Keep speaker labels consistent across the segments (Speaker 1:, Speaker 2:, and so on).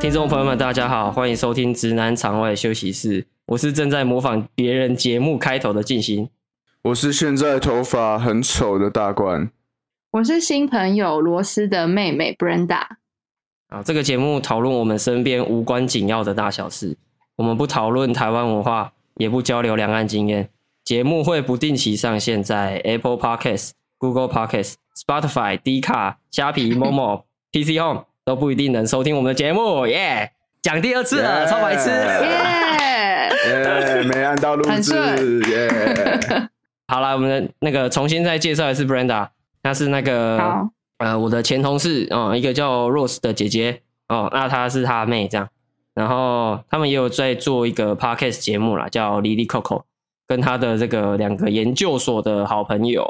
Speaker 1: 听众朋友们，大家好，欢迎收听《直男场外休息室》，我是正在模仿别人节目开头的静心。
Speaker 2: 我是现在头发很丑的大冠，
Speaker 3: 我是新朋友罗斯的妹妹 Brenda。
Speaker 1: 啊，这个节目讨论我们身边无关紧要的大小事，我们不讨论台湾文化，也不交流两岸经验。节目会不定期上线在 Apple Podcasts、Google Podcasts、Spotify、D 卡、虾皮、Momo、PC Home 都不一定能收听我们的节目，耶！讲第二次了
Speaker 2: Yeah
Speaker 1: 超白痴。
Speaker 3: 耶、
Speaker 2: 耶，没按到录
Speaker 3: 很
Speaker 2: 制
Speaker 3: 顺，
Speaker 2: 耶，
Speaker 1: 好啦，我们的那个重新再介绍一次 Brenda，她是那个
Speaker 3: 好
Speaker 1: 呃我的前同事哦、一个叫 Rose 的姐姐哦、那她是她妹这样，然后他们也有在做一个 podcast 节目啦，叫 Lily Coco，跟她的这个两个研究所的好朋友，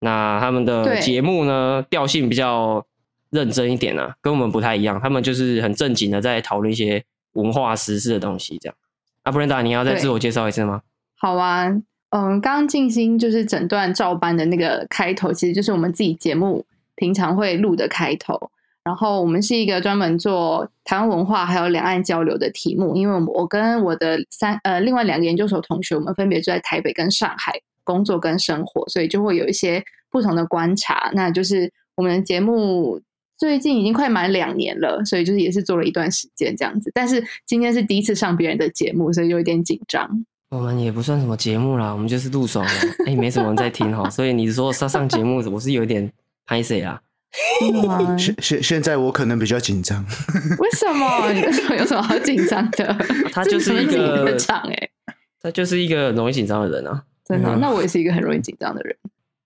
Speaker 1: 那他们的
Speaker 3: 对
Speaker 1: 节目呢调性比较认真一点啊，跟我们不太一样，他们就是很正经的在讨论一些文化时事的东西这样。啊，Brenda，你要再
Speaker 3: 对
Speaker 1: 自我介绍一次吗？
Speaker 3: 好啊，嗯，刚刚静心就是整段照搬的那个开头，其实就是我们自己节目平常会录的开头。然后我们是一个专门做台湾文化还有两岸交流的题目，因为我们我跟我的三呃另外两个研究所同学，我们分别就在台北跟上海工作跟生活，所以就会有一些不同的观察。那就是我们的节目最近已经快满两年了，所以就是也是做了一段时间这样子。但是今天是第一次上别人的节目，所以有一点紧张。
Speaker 1: 我们也不算什么节目啦，我们就是录爽了，哎、没什么人在听哈，所以你说上上节目，我是有点拍谁啊啦？
Speaker 3: 真的吗
Speaker 4: 现现现在我可能比较紧张，
Speaker 3: 为什么？ 你为什么有什么好紧张的？
Speaker 1: 他就是一
Speaker 3: 这是你
Speaker 1: 个
Speaker 3: 的场哎、
Speaker 1: 他就是一个很容易紧张的人啊。
Speaker 3: 真的、
Speaker 1: 嗯
Speaker 3: 那我也是一个很容易紧张的人。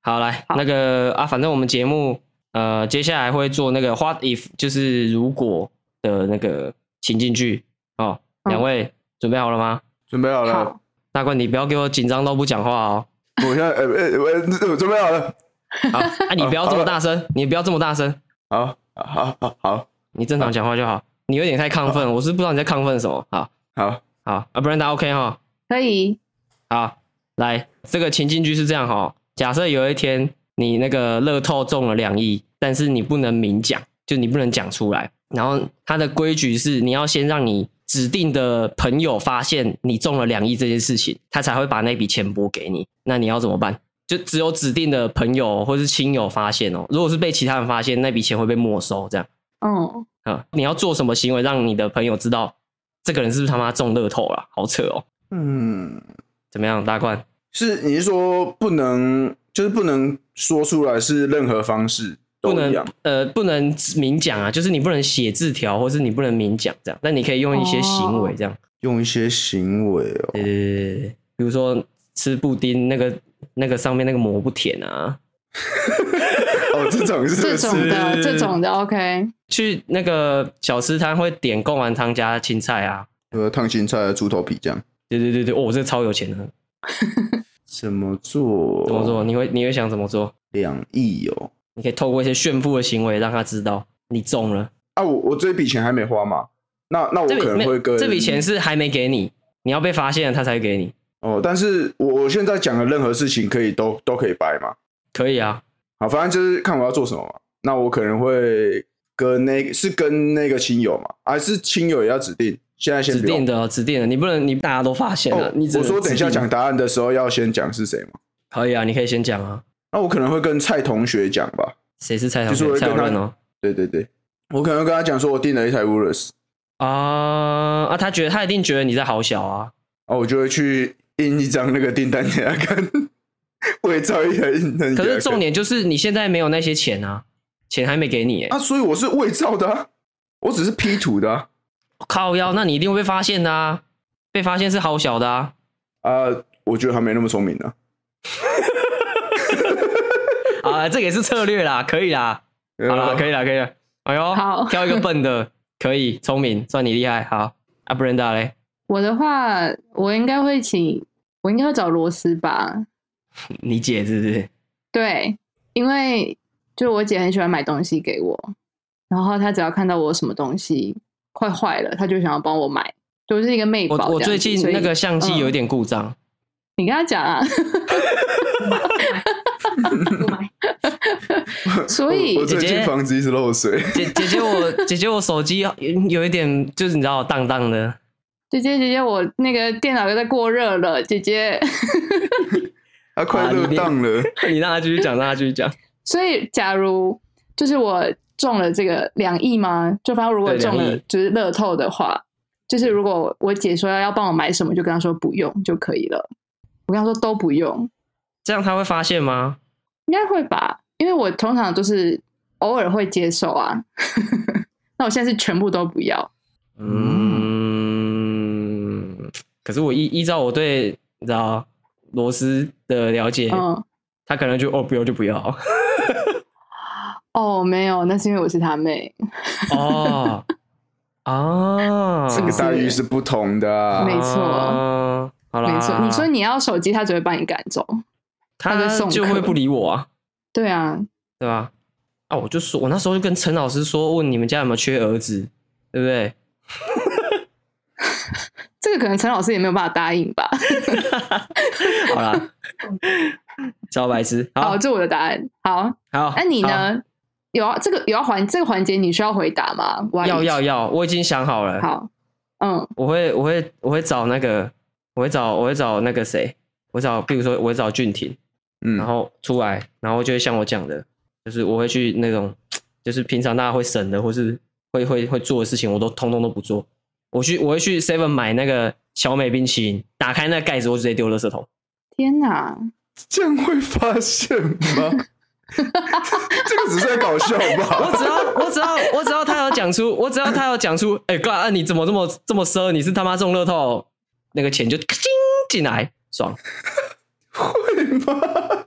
Speaker 1: 好，来
Speaker 3: 好
Speaker 1: 那个啊，反正我们节目呃，接下来会做那个 What if 就是如果的那个情境剧哦，
Speaker 3: 嗯
Speaker 1: 两位准备好了吗？
Speaker 2: 准备好了
Speaker 3: 好，，
Speaker 1: 大冠，你不要给我紧张到不讲话哦。
Speaker 2: 我现在呃呃我我准备好了，
Speaker 1: 好，啊，你不要这么大声，你不要这么大声，
Speaker 2: 好，好，好，好，
Speaker 1: 你正常讲话就好。你有点太亢奋，我是不知道你在亢奋什么。好，
Speaker 2: 好，
Speaker 1: 好啊，不然大 OK 哈。
Speaker 3: 可以。
Speaker 1: 好，来，这个情境剧是这样哈、假设有一天你那个乐透中了两亿，但是你不能明讲，就你不能讲出来。然后它的规矩是，你要先让你指定的朋友发现你中了两亿这件事情，他才会把那笔钱拨给你。那你要怎么办？就只有指定的朋友或是亲友发现哦。如果是被其他人发现，那笔钱会被没收。这样
Speaker 3: 嗯，
Speaker 1: 啊、你要做什么行为让你的朋友知道这个人是不是他妈中乐透了？好扯哦！
Speaker 2: 嗯，
Speaker 1: 怎么样，大冠？
Speaker 2: 是你是说不能，就是不能说出来是任何方式都
Speaker 1: 不
Speaker 2: 一
Speaker 1: 能
Speaker 2: 样，
Speaker 1: 呃不能明讲啊，就是你不能写字条，或是你不能明讲这样，但你可以用一些行为这样，
Speaker 2: 用一些行为哦，
Speaker 1: 呃，比如说吃布丁那个那个上面那个膜不甜啊，
Speaker 2: 哦，这种是
Speaker 3: 这
Speaker 2: 不
Speaker 3: 种
Speaker 2: 是
Speaker 3: 的，这种的，OK。
Speaker 1: 去那个小吃摊会点贡丸汤加青菜啊，
Speaker 2: 呃烫青菜、猪头皮这样，
Speaker 1: 对对对对，哦，这超有钱的，
Speaker 2: 怎么做？
Speaker 1: 怎么做？？你会你会想怎么做？
Speaker 2: 两亿哦，
Speaker 1: 你可以透过一些炫富的行为让他知道你中了，
Speaker 2: 啊，我我这笔钱还没花嘛，那那我
Speaker 1: 这笔
Speaker 2: 可能会跟
Speaker 1: 没这笔钱是还没给你，你要被发现了他才会给你，
Speaker 2: 哦，但是我我现在讲的任何事情可以都都可以掰嘛，
Speaker 1: 可以啊，
Speaker 2: 好，反正就是看我要做什么嘛。那我可能会跟那是跟那个亲友嘛，还、是亲友也要指定？现在先
Speaker 1: 指
Speaker 2: 不用
Speaker 1: 定的哦指定的，你不能你大家都发现了，
Speaker 2: 哦
Speaker 1: 你只
Speaker 2: 我
Speaker 1: 能
Speaker 2: 说等一下
Speaker 1: 指定
Speaker 2: 讲答案的时候要先讲是谁嘛？
Speaker 1: 可以啊，你可以先讲啊。
Speaker 2: 那我可能会跟蔡同学讲吧。
Speaker 1: 谁是蔡小
Speaker 2: 就是我
Speaker 1: 伦？
Speaker 2: 会
Speaker 1: 蔡
Speaker 2: 跟
Speaker 1: 小
Speaker 2: 他
Speaker 1: 伦哦。
Speaker 2: 对对对，我可能会跟他讲说我订了一台 Urus，
Speaker 1: 啊啊！他觉得他一定觉得你在好小啊。
Speaker 2: 哦，我就会去印一张那个订单给他看， 伪造一台印单给他看。
Speaker 1: 可是重点就是你现在没有那些钱啊，钱还没给你、欸。
Speaker 2: 啊，所以我是伪造的、啊，我只是 P 图的啊。
Speaker 1: 靠腰，那你一定会被发现的啊！被发现是好小的啊！
Speaker 2: 啊我觉得他没那么聪明啊。
Speaker 1: 啊，这个也是策略啦， 可以啦，好啦，可
Speaker 2: 以。
Speaker 1: 以啦，可以啦。哎呦，
Speaker 3: 好
Speaker 1: 挑一个笨的，可以，聪明，算你厉害。好，啊，不然 a 嘞，
Speaker 3: 我的话，我应该会请，我应该会找罗斯吧。
Speaker 1: 你姐是不是？
Speaker 3: 对，因为就我姐很喜欢买东西给我，然后她只要看到我什么东西快坏了，她就想要帮我买，就是一个妹宝
Speaker 1: 我
Speaker 3: 这样子。
Speaker 1: 我最近嗯
Speaker 3: 所以
Speaker 1: 那个相机有
Speaker 3: 嗯
Speaker 1: 点故障，
Speaker 3: 你跟他讲啊，
Speaker 5: 不买。
Speaker 3: 所以
Speaker 2: 我我最
Speaker 1: 姐
Speaker 2: 近
Speaker 1: 姐
Speaker 2: 房子一直漏水，
Speaker 1: 姐姐姐我 姐姐我手机有有一点就是你知道荡荡的，
Speaker 3: 姐姐姐姐，我那个电脑又在过热了，姐姐。
Speaker 2: 它啊快热荡了。
Speaker 1: 你让他继续讲，让他继续讲。
Speaker 3: 所以，假如就是我中了这个两亿吗？就反正如果
Speaker 1: 对
Speaker 3: 中
Speaker 1: 两
Speaker 3: 了
Speaker 1: 亿
Speaker 3: 就是乐透的话，就是如果我姐说要帮我买什么，就跟她说不用就可以了。我跟她说都不用，
Speaker 1: 这样他会发现吗？
Speaker 3: 应该会吧？因为我通常都是偶尔会接受啊。 那我现在是全部都不要，
Speaker 1: 嗯，可是我依依照我对你知道罗斯的了解，
Speaker 3: 嗯，
Speaker 1: 他可能就哦不要就不 要
Speaker 3: 哦，没有，那是因为我是她妹，
Speaker 1: 哦 啊，
Speaker 2: 这个待遇是不同的啊、
Speaker 3: 没错哦
Speaker 1: 啊好啦，
Speaker 3: 没错。你说你要手机，她只会把你赶走，他就
Speaker 1: 他
Speaker 3: 送
Speaker 1: 就
Speaker 3: 客
Speaker 1: 会不理我啊，
Speaker 3: 对啊，
Speaker 1: 对吧？啊，我就说，我那时候就跟陈老师说，问你们家有没有缺儿子，对不对？
Speaker 3: 这个可能陈老师也没有办法答应吧。
Speaker 1: 好啦， 小白痴，好
Speaker 3: 好，这我的答案。好，
Speaker 1: 好，
Speaker 3: 那你
Speaker 1: 好？
Speaker 3: 呢？有要这个有要环这个环节，你需要回答吗？我还
Speaker 1: 要
Speaker 3: 以
Speaker 1: 要要，我已经想好了，
Speaker 3: 好，嗯，
Speaker 1: 我会我会我会找那个，我会找我会找那个谁，我找，比如说我会找俊廷，
Speaker 2: 嗯，
Speaker 1: 然后出来，然后就会像我讲的，就是我会去那种，就是平常大家会省的或是会会会做的事情，我都通通都不做。我去我会去 Seven 买那个小美冰淇淋，打开那个盖子，我直接丢垃圾桶。
Speaker 3: 天哪，
Speaker 2: 这样会发现吗？ 这个只是在搞笑
Speaker 1: 我
Speaker 2: 吧？
Speaker 1: 只要我只要我只要他有讲出，我只要他有讲出，哎、哥、啊，你怎么这么这么奢？你是他妈中乐透，那个钱就咔进进来，爽。
Speaker 2: 会吗？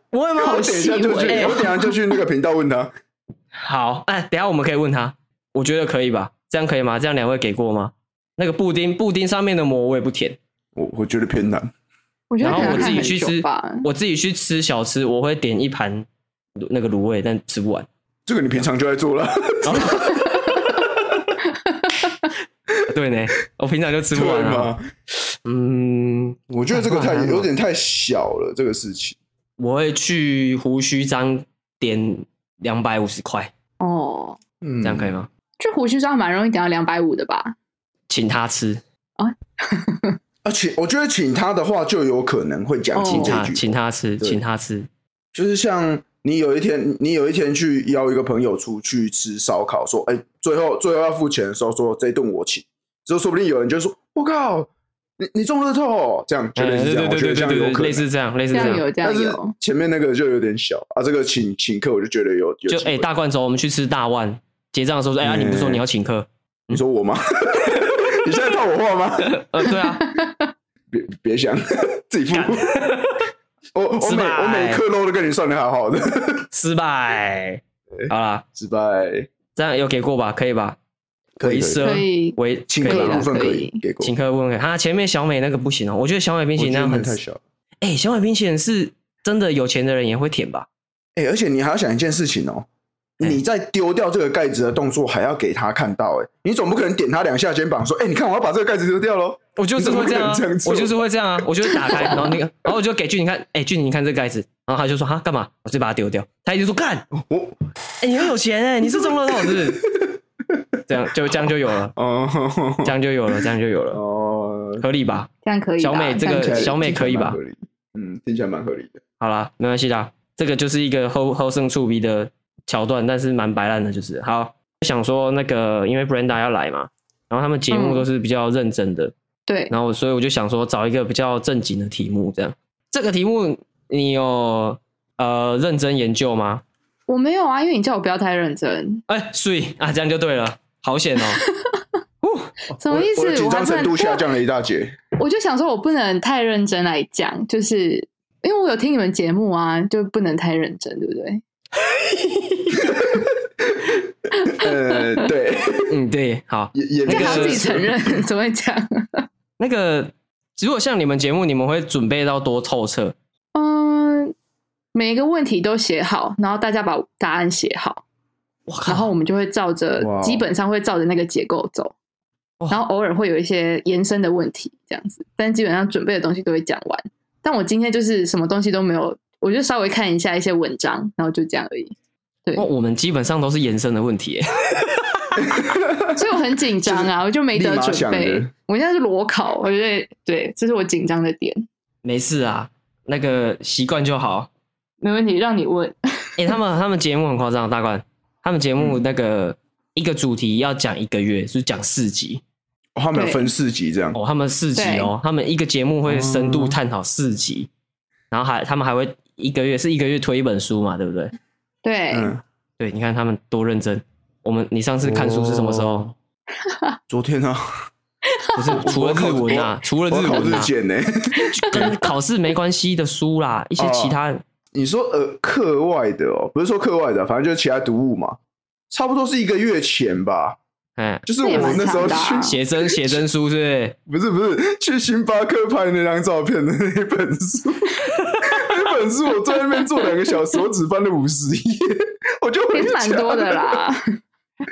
Speaker 1: 不会
Speaker 2: 我
Speaker 1: 吗
Speaker 2: 等？一下就去，
Speaker 1: 哎
Speaker 2: 我等一下就去那个频道问他。
Speaker 1: 好，哎，等一下我们可以问他，我觉得可以吧？这样可以吗？这样两位给过吗？那个布丁布丁上面的膜我也不舔。
Speaker 2: 我我觉得偏难，
Speaker 3: 我觉得
Speaker 1: 然后
Speaker 3: 可
Speaker 1: 我
Speaker 3: 能
Speaker 1: 自
Speaker 3: 看
Speaker 1: 己
Speaker 3: 很
Speaker 1: 去吃
Speaker 3: 久吧。，
Speaker 1: 我自己去吃小吃，我会点一盘卤那个卤味，但吃不完。
Speaker 2: 这个你平常就在做了，
Speaker 1: 然后对呢，我平常就吃不完啊。
Speaker 2: 对吗？
Speaker 1: 嗯，
Speaker 2: 我觉得这个太
Speaker 1: 难怪难怪
Speaker 2: 有点太小了，这个事情。
Speaker 1: 我会去胡须章点两百五十块，
Speaker 3: 哦，
Speaker 2: 嗯
Speaker 1: 这样可以吗？
Speaker 3: 去胡须章蛮容易点到两百五的吧？
Speaker 1: 请他吃，
Speaker 2: 而且我觉得啊请他的话，就有可能会讲清
Speaker 1: 请
Speaker 2: 这
Speaker 1: 他，
Speaker 2: 句。
Speaker 1: 请他吃，
Speaker 2: 对
Speaker 1: 请他吃。
Speaker 2: 就是像你有一天，你有一天去邀一个朋友出去吃烧烤，说，哎、最后最后要付钱的时候说这一顿我请，之后说不定有人就说，我靠，你你中乐透哦、这样就类
Speaker 1: 哎
Speaker 2: 似
Speaker 1: 对
Speaker 2: 这样，
Speaker 1: 对
Speaker 2: 我觉
Speaker 1: 对
Speaker 2: 得这
Speaker 1: 对
Speaker 2: 样有
Speaker 1: 对，
Speaker 2: 可
Speaker 1: 类
Speaker 2: 能。
Speaker 1: 似这样，类似
Speaker 3: 这
Speaker 1: 这
Speaker 3: 样有
Speaker 1: 样。
Speaker 3: 这样
Speaker 2: 但是
Speaker 3: 有，
Speaker 2: 前面那个就有点小啊，这个请请客我就觉得有有
Speaker 1: 就
Speaker 2: 机
Speaker 1: 哎，
Speaker 2: 会
Speaker 1: 大罐头，我们去吃大碗，结账的时候说，哎呀，
Speaker 2: 嗯
Speaker 1: 你不是说你要请客？
Speaker 2: 你说我吗？ 你现在套我话吗？
Speaker 1: 呃，对啊，
Speaker 2: 别别想，自己付。我我
Speaker 1: 失
Speaker 2: 每
Speaker 1: 败
Speaker 2: 我每克都都跟你算的好好的，
Speaker 1: 失败。好啦，
Speaker 2: 失败。
Speaker 1: 这样有给过吧？可以吧？
Speaker 2: 可以
Speaker 1: 为
Speaker 2: 可
Speaker 1: 奢
Speaker 3: 可以
Speaker 1: 为
Speaker 2: 请
Speaker 1: 可
Speaker 2: 客
Speaker 1: 以
Speaker 2: 的
Speaker 1: 啦
Speaker 2: 部分可
Speaker 3: 可
Speaker 2: 以
Speaker 3: 以
Speaker 2: 给过，
Speaker 1: 请客问问。他前面小美那个不行哦，我觉得小美冰淇
Speaker 2: 我
Speaker 1: 淋
Speaker 2: 觉
Speaker 1: 那
Speaker 2: 得
Speaker 1: 样很
Speaker 2: 太小了。
Speaker 1: 哎、小美冰淇淋是真的有钱的人也会舔吧？
Speaker 2: 哎、而且你还要想一件事情哦，
Speaker 1: 哎
Speaker 2: 你在丢掉这个盖子的动作还要给他看到、哎，你总不可能点他两下肩膀说，哎、你看我要把这个盖子丢掉喽。
Speaker 1: 我就是会这样、啊
Speaker 2: 你怎么可能这样，做
Speaker 1: 我就是会这样啊，我就会打开，然后那个，然后我就给俊你看，哎、俊你看这个盖子，然后他就说哈干嘛？我就把它丢掉。他一直说干，哎、
Speaker 2: 我，
Speaker 1: 你很有钱哎、你是中乐透是不 是？这样就这样就有了，
Speaker 2: 哦、
Speaker 1: 这样就有了，这样就有了，
Speaker 2: 哦，
Speaker 1: 合理吧？
Speaker 3: 这样可以吧。
Speaker 1: 小美这
Speaker 3: 样
Speaker 1: 个
Speaker 2: 听起
Speaker 3: 可
Speaker 2: 来
Speaker 3: 以
Speaker 1: 呃小美可以吧
Speaker 2: 听起来蛮合理嗯，听起来蛮合理的。
Speaker 1: 好啦，没关系啦，这个就是一个后后生触鼻的桥段，但是蛮白烂的，就是好想说那个，因为 Brenda 要来嘛，然后他们节目
Speaker 3: 嗯
Speaker 1: 都是比较认真的，
Speaker 3: 对，
Speaker 1: 然后所以我就想说找一个比较正经的题目，这样这个题目你有呃认真研究吗？
Speaker 3: 我没有啊，因为你叫我不要太认真，
Speaker 1: 哎、所以啊，这样就对了，好险哦、
Speaker 3: 什么意思？
Speaker 2: 我的紧
Speaker 3: 我还
Speaker 2: 张
Speaker 3: 不
Speaker 2: 程
Speaker 3: 能
Speaker 2: 度下
Speaker 3: 对啊
Speaker 2: 降了一大截。
Speaker 3: 我就想说，我不能太认真来讲，就是因为我有听你们节目啊，就不能太认真，对不对？
Speaker 2: 呃， 对，
Speaker 1: 嗯，对，好，
Speaker 2: 也也没
Speaker 1: 那
Speaker 3: 这
Speaker 1: 个
Speaker 3: 还要
Speaker 1: 是
Speaker 3: 自己承认，怎么会这样？
Speaker 1: 那个如果像你们节目，你们会准备到多透彻？
Speaker 3: 嗯，每一个问题都写好，然后大家把答案写好，
Speaker 1: 我
Speaker 3: 然后
Speaker 1: 靠，
Speaker 3: 我们就会照着
Speaker 2: 哇哦，
Speaker 3: 基本上会照着那个结构走
Speaker 1: 哇，
Speaker 3: 然后偶尔会有一些延伸的问题这样子，但基本上准备的东西都会讲完。但我今天就是什么东西都没有我就稍微看一下一些文章，然后就这样而已。对
Speaker 1: 那哦我们基本上都是延伸的问题耶，
Speaker 3: 所以我很紧张啊，我就没得
Speaker 2: 立马
Speaker 3: 准
Speaker 2: 想
Speaker 3: 备
Speaker 2: 的。
Speaker 3: 我现在是裸考，我觉得对，这是我紧张的点。
Speaker 1: 没事啊，那个习惯就 好。
Speaker 3: 没问题，让你问。
Speaker 1: 哎、他们他们节目很夸张，啊大冠，他们节目那个一个主题要讲一个月，就是讲四集
Speaker 2: 哦他们
Speaker 3: 对
Speaker 2: 有分四集这样，
Speaker 1: 哦，他们四集哦，他们一个节目会深度探讨四集，然后还他们还会一个月是一个月推一本书嘛，对不对？
Speaker 3: 对，
Speaker 2: 嗯，
Speaker 1: 对，你看他们多认真。我们你上次看书是什么时候？
Speaker 2: 哦昨天啊，
Speaker 1: 不是除了日文 啊，除了
Speaker 2: 我
Speaker 1: 日
Speaker 2: 考
Speaker 1: 文
Speaker 2: 日
Speaker 1: 啊，
Speaker 2: 检呢。
Speaker 1: 跟考试没关系的书啦，一些其他
Speaker 2: 你说呃课外的哦，不是说课外的，反正就是其他读物嘛，差不多是一个月前吧。
Speaker 1: 哎
Speaker 2: 就是
Speaker 3: 那也
Speaker 2: 我
Speaker 3: 蛮
Speaker 2: 那时候
Speaker 3: 长的
Speaker 2: 去，
Speaker 3: 啊
Speaker 1: 写真写真书是不是？
Speaker 2: 不是不是去星巴克拍那张照片的那本书， 那本书我坐在那边坐两个小时，我只翻了五十页，我就回
Speaker 3: 也是蛮
Speaker 2: 家
Speaker 3: 多的 啦。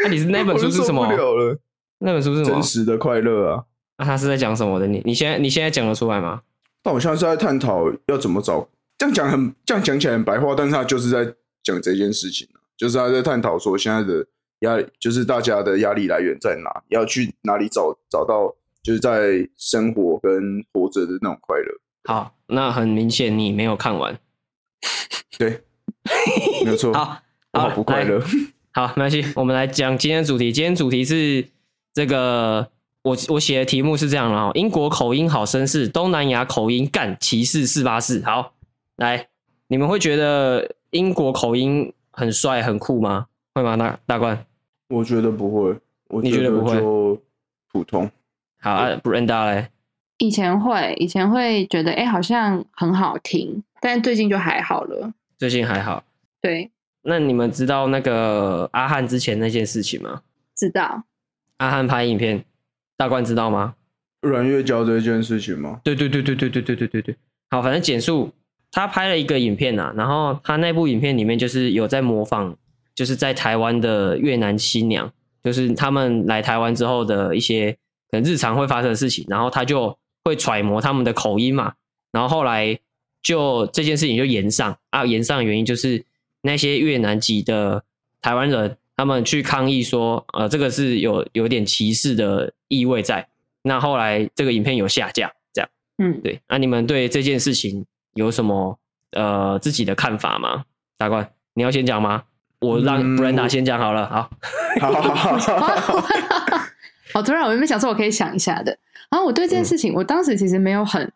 Speaker 1: 那、你是那本书是什么
Speaker 2: 我就？受不了了，
Speaker 1: 那本书是什么
Speaker 2: 真？实的快乐啊！
Speaker 1: 那、他是在讲什么的？你你现在你现在讲得出来吗？
Speaker 2: 但我现在是在探讨要怎么找，这样讲很这样讲起来很白话，但是他就是在讲这件事情啊就是他在探讨说现在的压，就是大家的压力来源在哪，要去哪里找找到，就是在生活跟活着的那种快乐。
Speaker 1: 好，那很明显你没有看完。
Speaker 2: 对，没有错，
Speaker 1: 好，
Speaker 2: 我好不快乐
Speaker 1: 来。好，没关系，我们来讲今天的主题。今天主题是这个，我我写的题目是这样的哦：英国口音好绅士，东南亚口音干歧视四八四。好，来，你们会觉得英国口音很帅很酷吗？会吗？大大官，
Speaker 2: 我觉得不会，我
Speaker 1: 你觉得不会
Speaker 2: 就普通，
Speaker 1: 好，啊、不认大嘞。
Speaker 3: 以前会，以前会觉得哎、诶好像很好听，但最近就还好了。
Speaker 1: 最近还好。
Speaker 3: 对，
Speaker 1: 那你们知道那个阿汉之前那件事情吗？
Speaker 3: 知道。
Speaker 1: 阿汉拍影片，大官知道吗？
Speaker 2: 软月娇这件事情 吗？
Speaker 1: 对对对对对对对对对对。好，反正简述，他拍了一个影片啊，然后他那部影片里面就是有在模仿，就是在台湾的越南新娘，就是他们来台湾之后的一些可能日常会发生的事情，然后他就会揣摩他们的口音嘛，然后后来就这件事情就延上啊，延上的原因就是那些越南籍的台湾人他们去抗议说，呃，这个是有有点歧视的意味在。那后来这个影片有下架，这样。
Speaker 3: 嗯，
Speaker 1: 对，那、你们对这件事情有什么呃自己的看法吗？大官，你要先讲吗？我让
Speaker 2: 嗯
Speaker 1: Brenda 先讲好了。好，
Speaker 2: 好好好好好好，
Speaker 3: 好，突然我原本想说我可以想一下的，然后我对这件事情，我当时其实没有很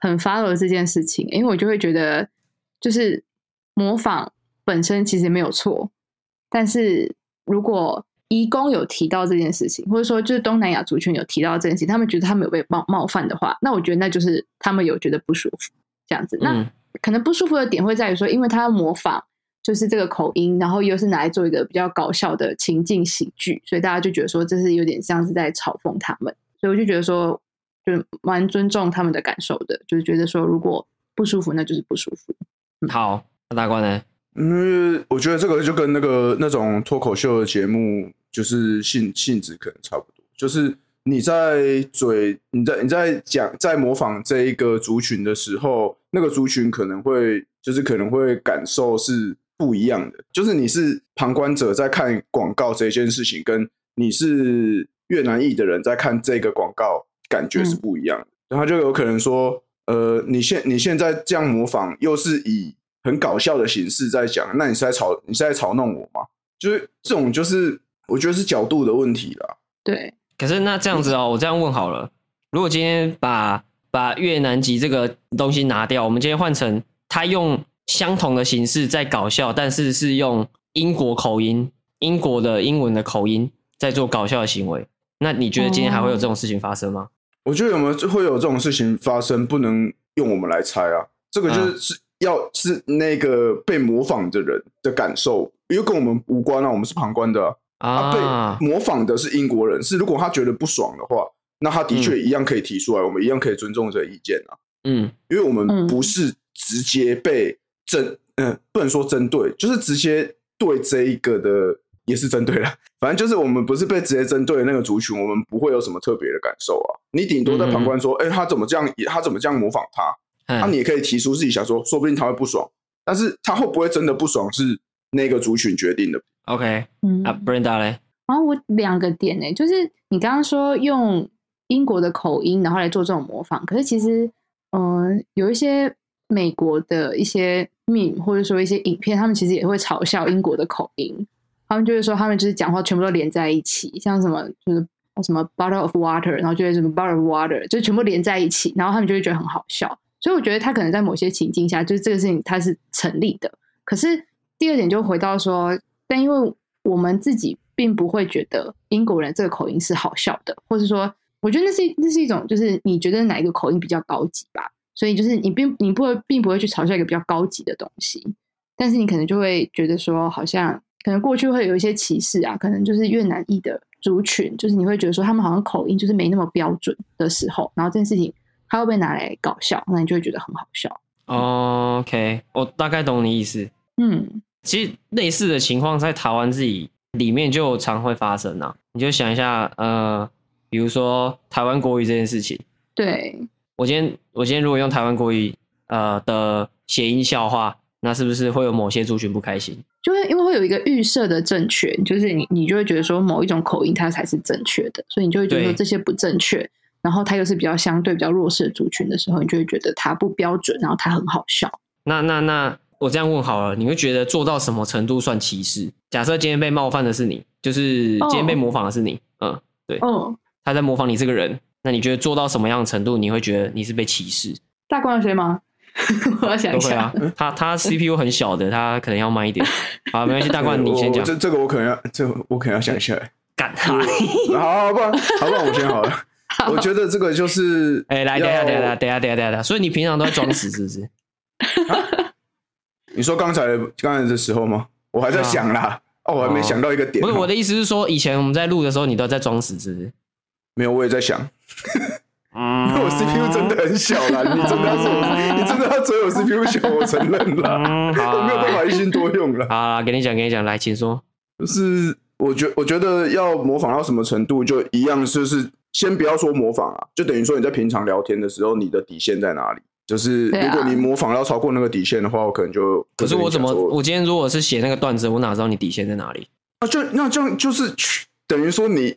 Speaker 3: 很 follow 这件事情，因为我就会觉得就是模仿本身其实没有错，但是如果移工有提到这件事情，或者说就是东南亚族群有提到这件事情，他们觉得他们有被冒冒犯的话，那我觉得那就是他们有觉得不舒服这样子。那、
Speaker 1: 嗯
Speaker 3: 可能不舒服的点会在于说，因为他要模仿就是这个口音，然后又是拿来做一个比较搞笑的情境喜剧，所以大家就觉得说这是有点像是在嘲讽他们，所以我就觉得说，就蛮尊重他们的感受的，就是觉得说如果不舒服那就是不舒服。
Speaker 1: 好，那大官呢？
Speaker 2: 因为我觉得这个就跟那个那种脱口秀的节目就是性性质可能差不多，就是你在嘴你在你在讲在模仿这一个族群的时候，那个族群可能会就是可能会感受是不一样的，就是你是旁观者在看广告这件事情，跟你是越南裔的人在看这个广告，感觉是不一样的。然后就有可能说，呃，你现你现在这样模仿，又是以很搞笑的形式在讲，那你是在嘲你是在嘲弄我吗？就是这种，就是我觉得是角度的问题啦。
Speaker 3: 对，
Speaker 1: 可是那这样子哦，我这样问好了，如果今天把把越南籍这个东西拿掉，我们今天换成他用相同的形式在搞笑，但是是用英国口音、英国的英文的口音在做搞笑的行为，那你觉得今天还会有这种事情发生吗？
Speaker 2: 我觉得有没有会有这种事情发生，不能用我们来猜啊。这个就是、是要是那个被模仿的人的感受，因为跟我们无关啊，我们是旁观的啊、啊，被模仿的是英国人，是如果他觉得不爽的话，那他的确一样可以提出来，我们一样可以尊重这个意见啊，
Speaker 1: 嗯。
Speaker 2: 因为我
Speaker 3: 嗯
Speaker 2: 们不是直接被针，嗯、不能说针对，就是直接对这一个的也是针对了，反正就是我们不是被直接针对的那个族群，我们不会有什么特别的感受啊，你顶多在旁观说，哎、他怎么这样，他怎么这样模仿他，那、
Speaker 1: 嗯
Speaker 2: 你也可以提出自己想说，说不定他会不爽，但是他会不会真的不爽是那个族群决定的。
Speaker 1: OK
Speaker 3: 嗯
Speaker 1: 啊，Brenda 嘞，
Speaker 3: 然后我两个点呢、就是你刚刚说用英国的口音，然后来做这种模仿，可是其实，嗯、有一些美国的一些 meme 或者说一些影片，他们其实也会嘲笑英国的口音，他们就是说他们就是讲话全部都连在一起，像什么就是什么 bottle of water，然后就会什么 bottle of water，就全部连在一起，然后他们就会觉得很好笑。所以我觉得他可能在某些情境下，就是这个事情它是成立的，可是第二点就回到说，但因为我们自己并不会觉得英国人这个口音是好笑的，或是说，我觉得那是那是一种就是你觉得哪一个口音比较高级吧，所以就是你并你不会并不会去嘲笑一个比较高级的东西，但是你可能就会觉得说，好像可能过去会有一些歧视啊，可能就是越南裔的族群，就是你会觉得说他们好像口音就是没那么标准的时候，然后这件事情它会被拿来搞笑，那你就会觉得很好笑，
Speaker 1: 哦 OK，我大概懂你意思。
Speaker 3: 嗯。
Speaker 1: 其实类似的情况在台湾自己里面就常会发生啊。你就想一下，呃，比如说台湾国语这件事情，
Speaker 3: 对，
Speaker 1: 我今天我今天如果用台湾国语呃的谐音笑话，那是不是会有某些族群不开心？
Speaker 3: 就会因为会有一个预设的正确，就是你你就会觉得说某一种口音它才是正确的，所以你就会觉得说
Speaker 1: 对
Speaker 3: 这些不正确，然后它又是比较相对比较弱势的族群的时候，你就会觉得它不标准，然后它很好笑。
Speaker 1: 那那那我这样问好了，你会觉得做到什么程度算歧视？假设今天被冒犯的是你，就是今天被
Speaker 3: 哦
Speaker 1: 模仿的是你，嗯，
Speaker 3: 嗯，
Speaker 1: 他在模仿你这个人，那你觉得做到什么样的程度，你会觉得你是被歧视？
Speaker 3: 大关有谁吗？ 我要想
Speaker 1: 都
Speaker 3: 一
Speaker 1: 会
Speaker 3: 下。
Speaker 1: 啊，他他 CPU 很小的，他可能要慢一点。好，没关系，大冠你
Speaker 2: 我
Speaker 1: 先
Speaker 2: 我
Speaker 1: 讲
Speaker 2: 这。这个我可能要，这个我可能要想一下。
Speaker 1: 干他！
Speaker 2: 好，好不然好不然我先好 了。我觉得这个就是，
Speaker 1: 哎，来，等一下，等一下，等一下，等一下，等一下等一下。所以你平常都在装死是不 是？
Speaker 2: 你说刚才的刚才的时候吗？我还在想啦，哦，我还没想到一个点。
Speaker 1: 啊不是我
Speaker 2: 的，
Speaker 1: 的意思是说，以前我们在录的时候，你都在装死是不是？
Speaker 2: 没有，我也在想，
Speaker 1: 嗯
Speaker 2: 因为我 CPU 真的很小 啦，你真的要说我，你真的要追我 CPU 小，我承认啦，
Speaker 1: 嗯，好
Speaker 2: 我
Speaker 1: 啊
Speaker 2: 没有办法一心多用啦。
Speaker 1: 好啊，给你讲，给你讲，来，请说。
Speaker 2: 就是我觉我觉得要模仿到什么程度，就一样，就是先不要说模仿啊，就等于说你在平常聊天的时候，你的底线在哪里？就是
Speaker 3: 对啊
Speaker 2: 如果你模仿到超过那个底线的话，我可能就
Speaker 1: 可是我怎么，
Speaker 2: 就跟你讲说
Speaker 1: 我今天如果是写那个段子，我哪知道你底线在哪里？
Speaker 2: 啊，就那这样就是去等于说你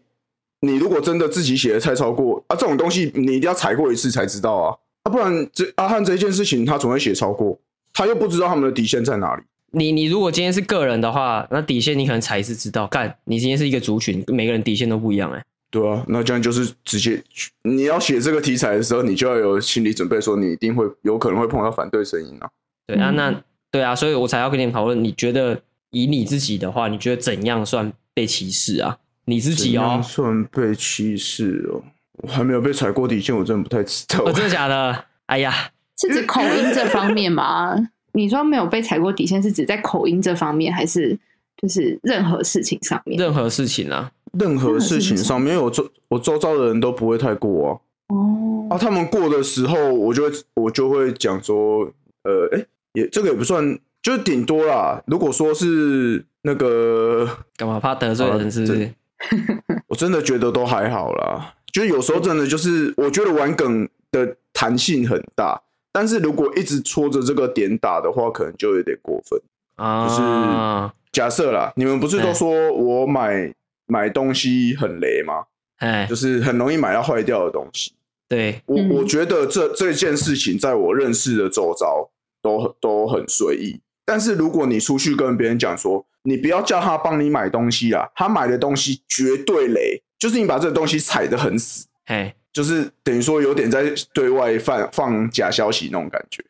Speaker 2: 你如果真的自己写的太超过啊，这种东西你一定要踩过一次才知道啊，啊不然这阿汉这件事情他总会写超过，他又不知道他们的底线在哪里。
Speaker 1: 你你如果今天是个人的话，那底线你可能才是知道。干，你今天是一个族群，每个人底线都不一样哎、
Speaker 2: 对啊，那这样就是直接你要写这个题材的时候，你就要有心理准备，说你一定会有可能会碰到反对声音啊。
Speaker 1: 对啊，
Speaker 3: 嗯
Speaker 1: 那对啊，所以我才要跟你讨论。你觉得以你自己的话，你觉得怎样算被歧视啊？你自己
Speaker 2: 怎
Speaker 1: 哦
Speaker 2: 样，算被歧视哦，我还没有被踩过底线，我真的不太知道。
Speaker 1: 哦，真的假的？哎呀，
Speaker 3: 是指口音这方 面吗？你说没有被踩过底线，是指在口音这方面，还是就是任何事情上面？
Speaker 1: 任何事情啊，
Speaker 2: 任何事情
Speaker 3: 真的是
Speaker 2: 上面，因为我周我周遭的人都不会太过啊。
Speaker 3: 哦，
Speaker 2: 啊，他们过的时候，我就会我就会讲说，呃，哎、也这个也不算，就是顶多啦。如果说是那个，
Speaker 1: 干嘛怕得罪人是不
Speaker 2: 好啊
Speaker 1: 是
Speaker 2: 这？我真的觉得都还好啦。就是有时候真的就是，我觉得玩梗的弹性很大，但是如果一直戳着这个点打的话，可能就有点过分。
Speaker 1: 啊，
Speaker 2: 假设啦，你们不是都
Speaker 1: 嗯
Speaker 2: 说我买买东西很雷吗？
Speaker 1: 哎
Speaker 2: 就，是很容易买到坏掉的东西。
Speaker 1: 对，
Speaker 2: 我
Speaker 3: 嗯
Speaker 2: 我觉得这这件事情在我认识的周遭都很都很随意，但是如果你出去跟别人讲说，你不要叫他帮你买东西啊，他买的东西绝对雷，就是你把这个东西踩得很死，
Speaker 1: 哎，
Speaker 2: 就是等于说有点在对外放放假消息那种感觉，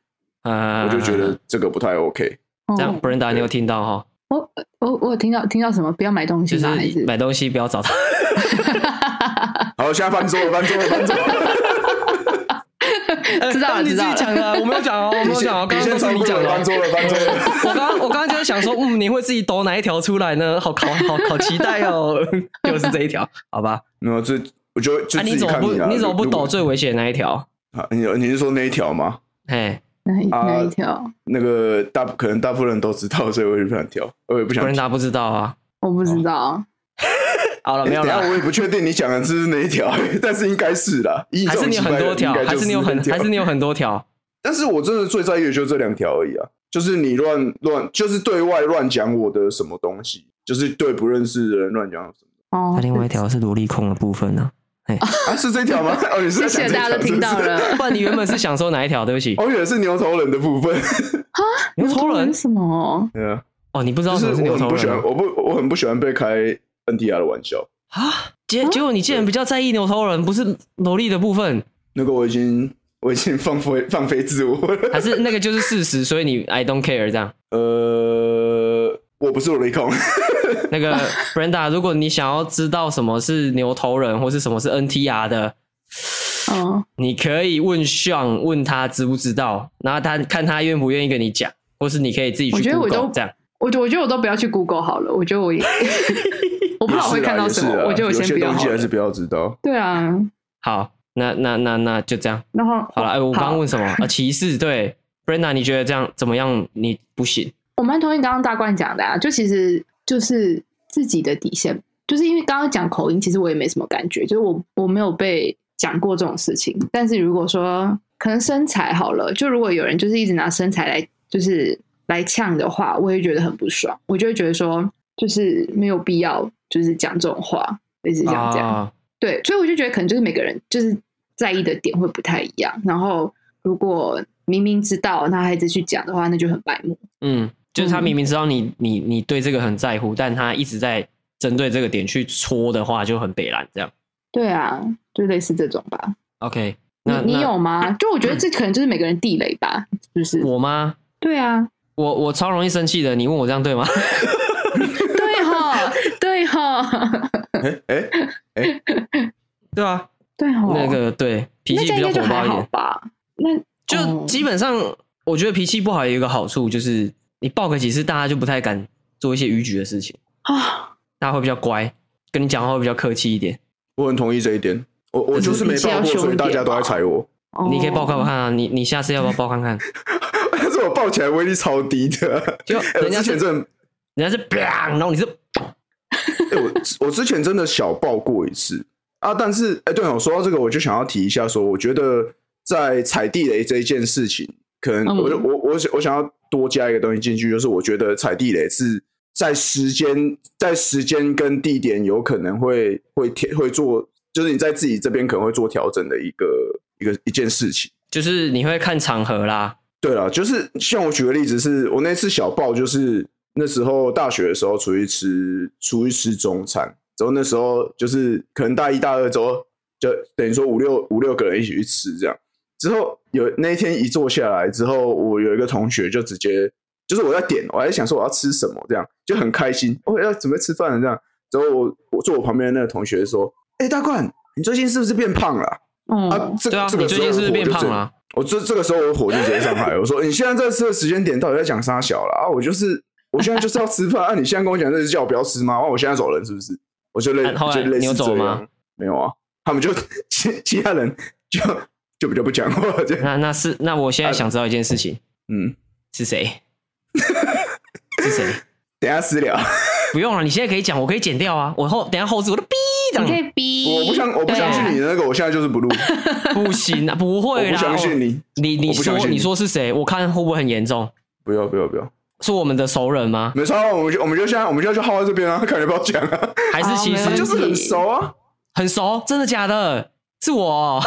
Speaker 1: 呃，
Speaker 2: 我就觉得这个不太 OK。
Speaker 1: 这样
Speaker 3: 哦
Speaker 1: ，Brenda，你有听到哈？
Speaker 3: 我我我有听到听到什么？不要买东西
Speaker 1: 就
Speaker 3: 吗？还
Speaker 1: 是
Speaker 3: 是
Speaker 1: 买东西不要 找他。
Speaker 2: 好，现在翻桌了，翻桌了，翻桌了，
Speaker 3: 知道了
Speaker 1: 哎你自
Speaker 3: 知
Speaker 1: 己
Speaker 3: 道了
Speaker 1: 讲的啊，我没有讲哦，我没有讲哦，刚
Speaker 2: 你
Speaker 1: 刚
Speaker 2: 先
Speaker 1: 都
Speaker 2: 超
Speaker 1: 是你
Speaker 2: 过
Speaker 1: 讲的
Speaker 2: 了，翻
Speaker 1: 哦。
Speaker 2: 桌了，翻桌 了。
Speaker 1: 我刚刚我刚刚就在想说，嗯，你会自己抖哪一条出来呢？好好好好期待哦， 就是这一条，好吧？
Speaker 2: 没有，这我就就
Speaker 1: 啊，你
Speaker 2: 自己
Speaker 1: 怎么
Speaker 2: 看
Speaker 1: 不
Speaker 2: 啊。
Speaker 1: 你怎么不
Speaker 2: 如果
Speaker 1: 抖最危险的那一条？
Speaker 2: 啊你你是说那一条吗？
Speaker 1: 嘿
Speaker 3: 哪一
Speaker 1: 呃
Speaker 2: 啊
Speaker 3: 哪一条？
Speaker 2: 那个大可能大部分人都知道， 所以我也不想跳，我也不想
Speaker 1: 不然
Speaker 2: 跳。
Speaker 1: 大家不知道啊。
Speaker 3: 我不知道。
Speaker 1: 好了，
Speaker 2: 诶
Speaker 1: 没有
Speaker 2: 哎等一下
Speaker 1: 了。
Speaker 2: 我也不确定你讲的是不是哪一条，但是应该是啦。以
Speaker 1: 还
Speaker 2: 这
Speaker 1: 是
Speaker 2: 种
Speaker 1: 你有
Speaker 2: 击败
Speaker 1: 很
Speaker 2: 的
Speaker 1: 多条，
Speaker 2: 应该
Speaker 1: 还
Speaker 2: 就是
Speaker 1: 你有很，
Speaker 2: 那条
Speaker 1: 还是你有很多条。
Speaker 2: 但是我真的最在意的就是这两条而已啊。就是你乱乱，就是对外乱讲我的什么东西，就是对不认识的人乱讲什么
Speaker 3: 哦，
Speaker 1: 那另外一条是萝莉控的部分呢、
Speaker 2: 啊？是这条吗？ 哦，你是在
Speaker 3: 谢
Speaker 2: 讲
Speaker 3: 谢
Speaker 2: 这
Speaker 3: 大家
Speaker 2: 条
Speaker 3: 都听到。
Speaker 2: 是不是
Speaker 3: 了。
Speaker 1: 不然你原本是想说哪一条？对不起，
Speaker 2: 我以为是牛头人的部分，
Speaker 1: 牛头人
Speaker 3: 是什么？
Speaker 2: 对啊，
Speaker 1: 哦，你不知道
Speaker 2: 就
Speaker 1: 什
Speaker 2: 是
Speaker 1: 么是牛
Speaker 2: 我很
Speaker 1: 头
Speaker 2: 不喜
Speaker 1: 人
Speaker 2: 欢，
Speaker 1: 吗
Speaker 2: 我不我很不喜欢被开 NTR 的玩笑。
Speaker 1: 啊？结结果你竟然比较在意牛头人，不是萝莉的部分，
Speaker 2: 那个我已经我已经放飞放飞自我了。
Speaker 1: 还是那个就是事实，所以你 I don't care 这样。
Speaker 2: 呃，我不是萝莉控，
Speaker 1: 那个 Brenda，如果你想要知道什么是牛头人或是什么是 NTR 的，
Speaker 3: 嗯，
Speaker 1: 你可以问 Sean，问他知不知道，然后他看他愿不愿意跟你讲，或是你可以自己
Speaker 3: 我
Speaker 1: 去
Speaker 3: 觉得我
Speaker 1: Google
Speaker 3: 都
Speaker 1: 这样。
Speaker 3: 我我觉得我都不要去 Google 好了，我觉得 我也我不知道我会看到什么，
Speaker 2: 也是啊
Speaker 3: 我觉得我
Speaker 2: 有
Speaker 3: 先
Speaker 2: 些
Speaker 3: 不要
Speaker 2: 东
Speaker 3: 好
Speaker 2: 西还
Speaker 3: 了
Speaker 2: 是。不要知道。
Speaker 3: 对啊，
Speaker 1: 好，那那那那就这样
Speaker 3: 然后
Speaker 1: 好了。哎、我刚刚
Speaker 3: 好
Speaker 1: 问什么？啊，歧视对 Brenda，你觉得这样怎么样？你不行。
Speaker 3: 我蛮同意刚刚大冠讲的啊，就其实就是自己的底线，就是因为刚刚讲口音，其实我也没什么感觉，就是我我没有被讲过这种事情。但是如果说可能身材好了，就如果有人就是一直拿身材来就是来呛的话，我也觉得很不爽，我就会觉得说就是没有必要就是讲这种话，类似像这样。
Speaker 1: 啊，
Speaker 3: 对，所以我就觉得可能就是每个人就是在意的点会不太一样。然后如果明明知道，那还一直去讲的话，那就很白目。
Speaker 1: 嗯，就是他
Speaker 3: 嗯
Speaker 1: 明明知道你你你对这个很在乎，但他一直在针对这个点去戳的话，就很北蓝这样。
Speaker 3: 对啊，就类似这种吧。
Speaker 1: OK，
Speaker 3: 你
Speaker 1: 那
Speaker 3: 你
Speaker 1: 那
Speaker 3: 有吗？就我觉得这可能就是每个人地雷吧，就是
Speaker 1: 我吗？
Speaker 3: 对啊，
Speaker 1: 我我超容易生气的，你问我这样对吗？
Speaker 3: 对哈，对哈，
Speaker 2: 哎哎，
Speaker 1: 对啊，
Speaker 3: 对哈，
Speaker 1: 那个对脾
Speaker 3: 那
Speaker 1: 气
Speaker 3: 这样
Speaker 1: 比
Speaker 3: 应
Speaker 1: 较
Speaker 3: 该就
Speaker 1: 火爆
Speaker 3: 还
Speaker 1: 一
Speaker 3: 好
Speaker 1: 点，
Speaker 3: 吧？那
Speaker 2: 哦
Speaker 3: 哦
Speaker 1: 就基本上我觉得脾气不好有一个好处就是你爆个几次，大家就不太敢做一些逾矩的事情，
Speaker 3: 啊，
Speaker 1: 大家会比较乖，跟你讲话会比较客气一点。
Speaker 2: 我很同意这一点。我我就是没
Speaker 3: 脾气
Speaker 2: 报
Speaker 3: 要
Speaker 2: 过，
Speaker 3: 凶
Speaker 2: 所以
Speaker 3: 一
Speaker 2: 大
Speaker 3: 点
Speaker 2: 家都在
Speaker 3: 吧
Speaker 2: 踩我。
Speaker 3: 哦
Speaker 1: 你可以报看看啊，你你下次要不要报看看？
Speaker 2: 但是我抱起来威力超低的，
Speaker 1: 就
Speaker 2: 哎我
Speaker 1: 人家
Speaker 2: 之前
Speaker 1: 是
Speaker 2: 真的，
Speaker 1: 人家是然后你是
Speaker 2: 哎我我之前真的小爆过一次啊。但是，哎，对哦，说到这个，我就想要提一下说我觉得在踩地雷这一件事情，可能
Speaker 3: 嗯
Speaker 2: 我就我我想我想要多加一个东西进去，就是我觉得踩地雷是在时间在时间跟地点有可能会会调会做，就是你在自己这边可能会做调整的一个一个一件事情。
Speaker 1: 就是你会看场合啦，
Speaker 2: 对啊，就是像我举个例子是，我那次小爆，就是那时候大学的时候出去吃出去吃中餐，然后那时候就是可能大一大二之后，就等于说五六五六个人一起去吃这样。之后有那一天一坐下来之后，我有一个同学就直接就是我在点，我还在想说我要吃什么这样，就很开心，我、要准备吃饭了这样。之后我我坐我旁边的那个同学说：“哎、大冠，你最近是不是变胖了啊？”啊
Speaker 3: 哦，，
Speaker 2: 这
Speaker 1: 对啊，
Speaker 2: 这
Speaker 1: 你
Speaker 2: 个
Speaker 1: 最
Speaker 2: 时候
Speaker 1: 近是不是
Speaker 2: 我
Speaker 1: 变
Speaker 2: 就
Speaker 1: 胖
Speaker 2: 整
Speaker 1: 了？
Speaker 2: 我这这个时候我火就直接上来了，我说你现在在吃的时间点到底在讲啥小了啊？我就是我现在就是要吃饭啊！你现在跟我讲这是叫我不要吃吗？啊哇，我现在走人是不是？我就类
Speaker 1: 啊后来
Speaker 2: 就类
Speaker 1: 你有
Speaker 2: 似
Speaker 1: 走
Speaker 2: 这
Speaker 1: 吗
Speaker 2: 样，没有啊，他们就其其他人就就比较不讲话 了，这样
Speaker 1: 那那是那我现在想知道一件事情，
Speaker 2: 嗯，
Speaker 1: 是谁？是谁？
Speaker 2: 等一下私聊，
Speaker 1: 不用了，你现在可以讲，我可以剪掉啊。我后等一下后置我的逼这
Speaker 3: 你可
Speaker 1: 样
Speaker 3: 以逼，
Speaker 2: 我不相我不
Speaker 3: 对啊
Speaker 2: 相信你的那个，我现在就是不录，我
Speaker 1: 不行啊，不会啦，
Speaker 2: 不相信
Speaker 1: 我。
Speaker 2: 你，
Speaker 1: 你你
Speaker 2: 我不相
Speaker 1: 说
Speaker 2: 信
Speaker 1: 你
Speaker 2: 你
Speaker 1: 说是谁？我看会不会很严重？
Speaker 2: 不要不要不要，
Speaker 1: 是我们的熟人吗？
Speaker 2: 没差啊，我们就我们就现在我们就要去耗在这边啊，看你要不要讲 啊，
Speaker 1: 还是其
Speaker 3: 哦没
Speaker 1: 实
Speaker 3: 问题
Speaker 2: 就是很熟啊，
Speaker 1: 很熟？真的假的？是我 哦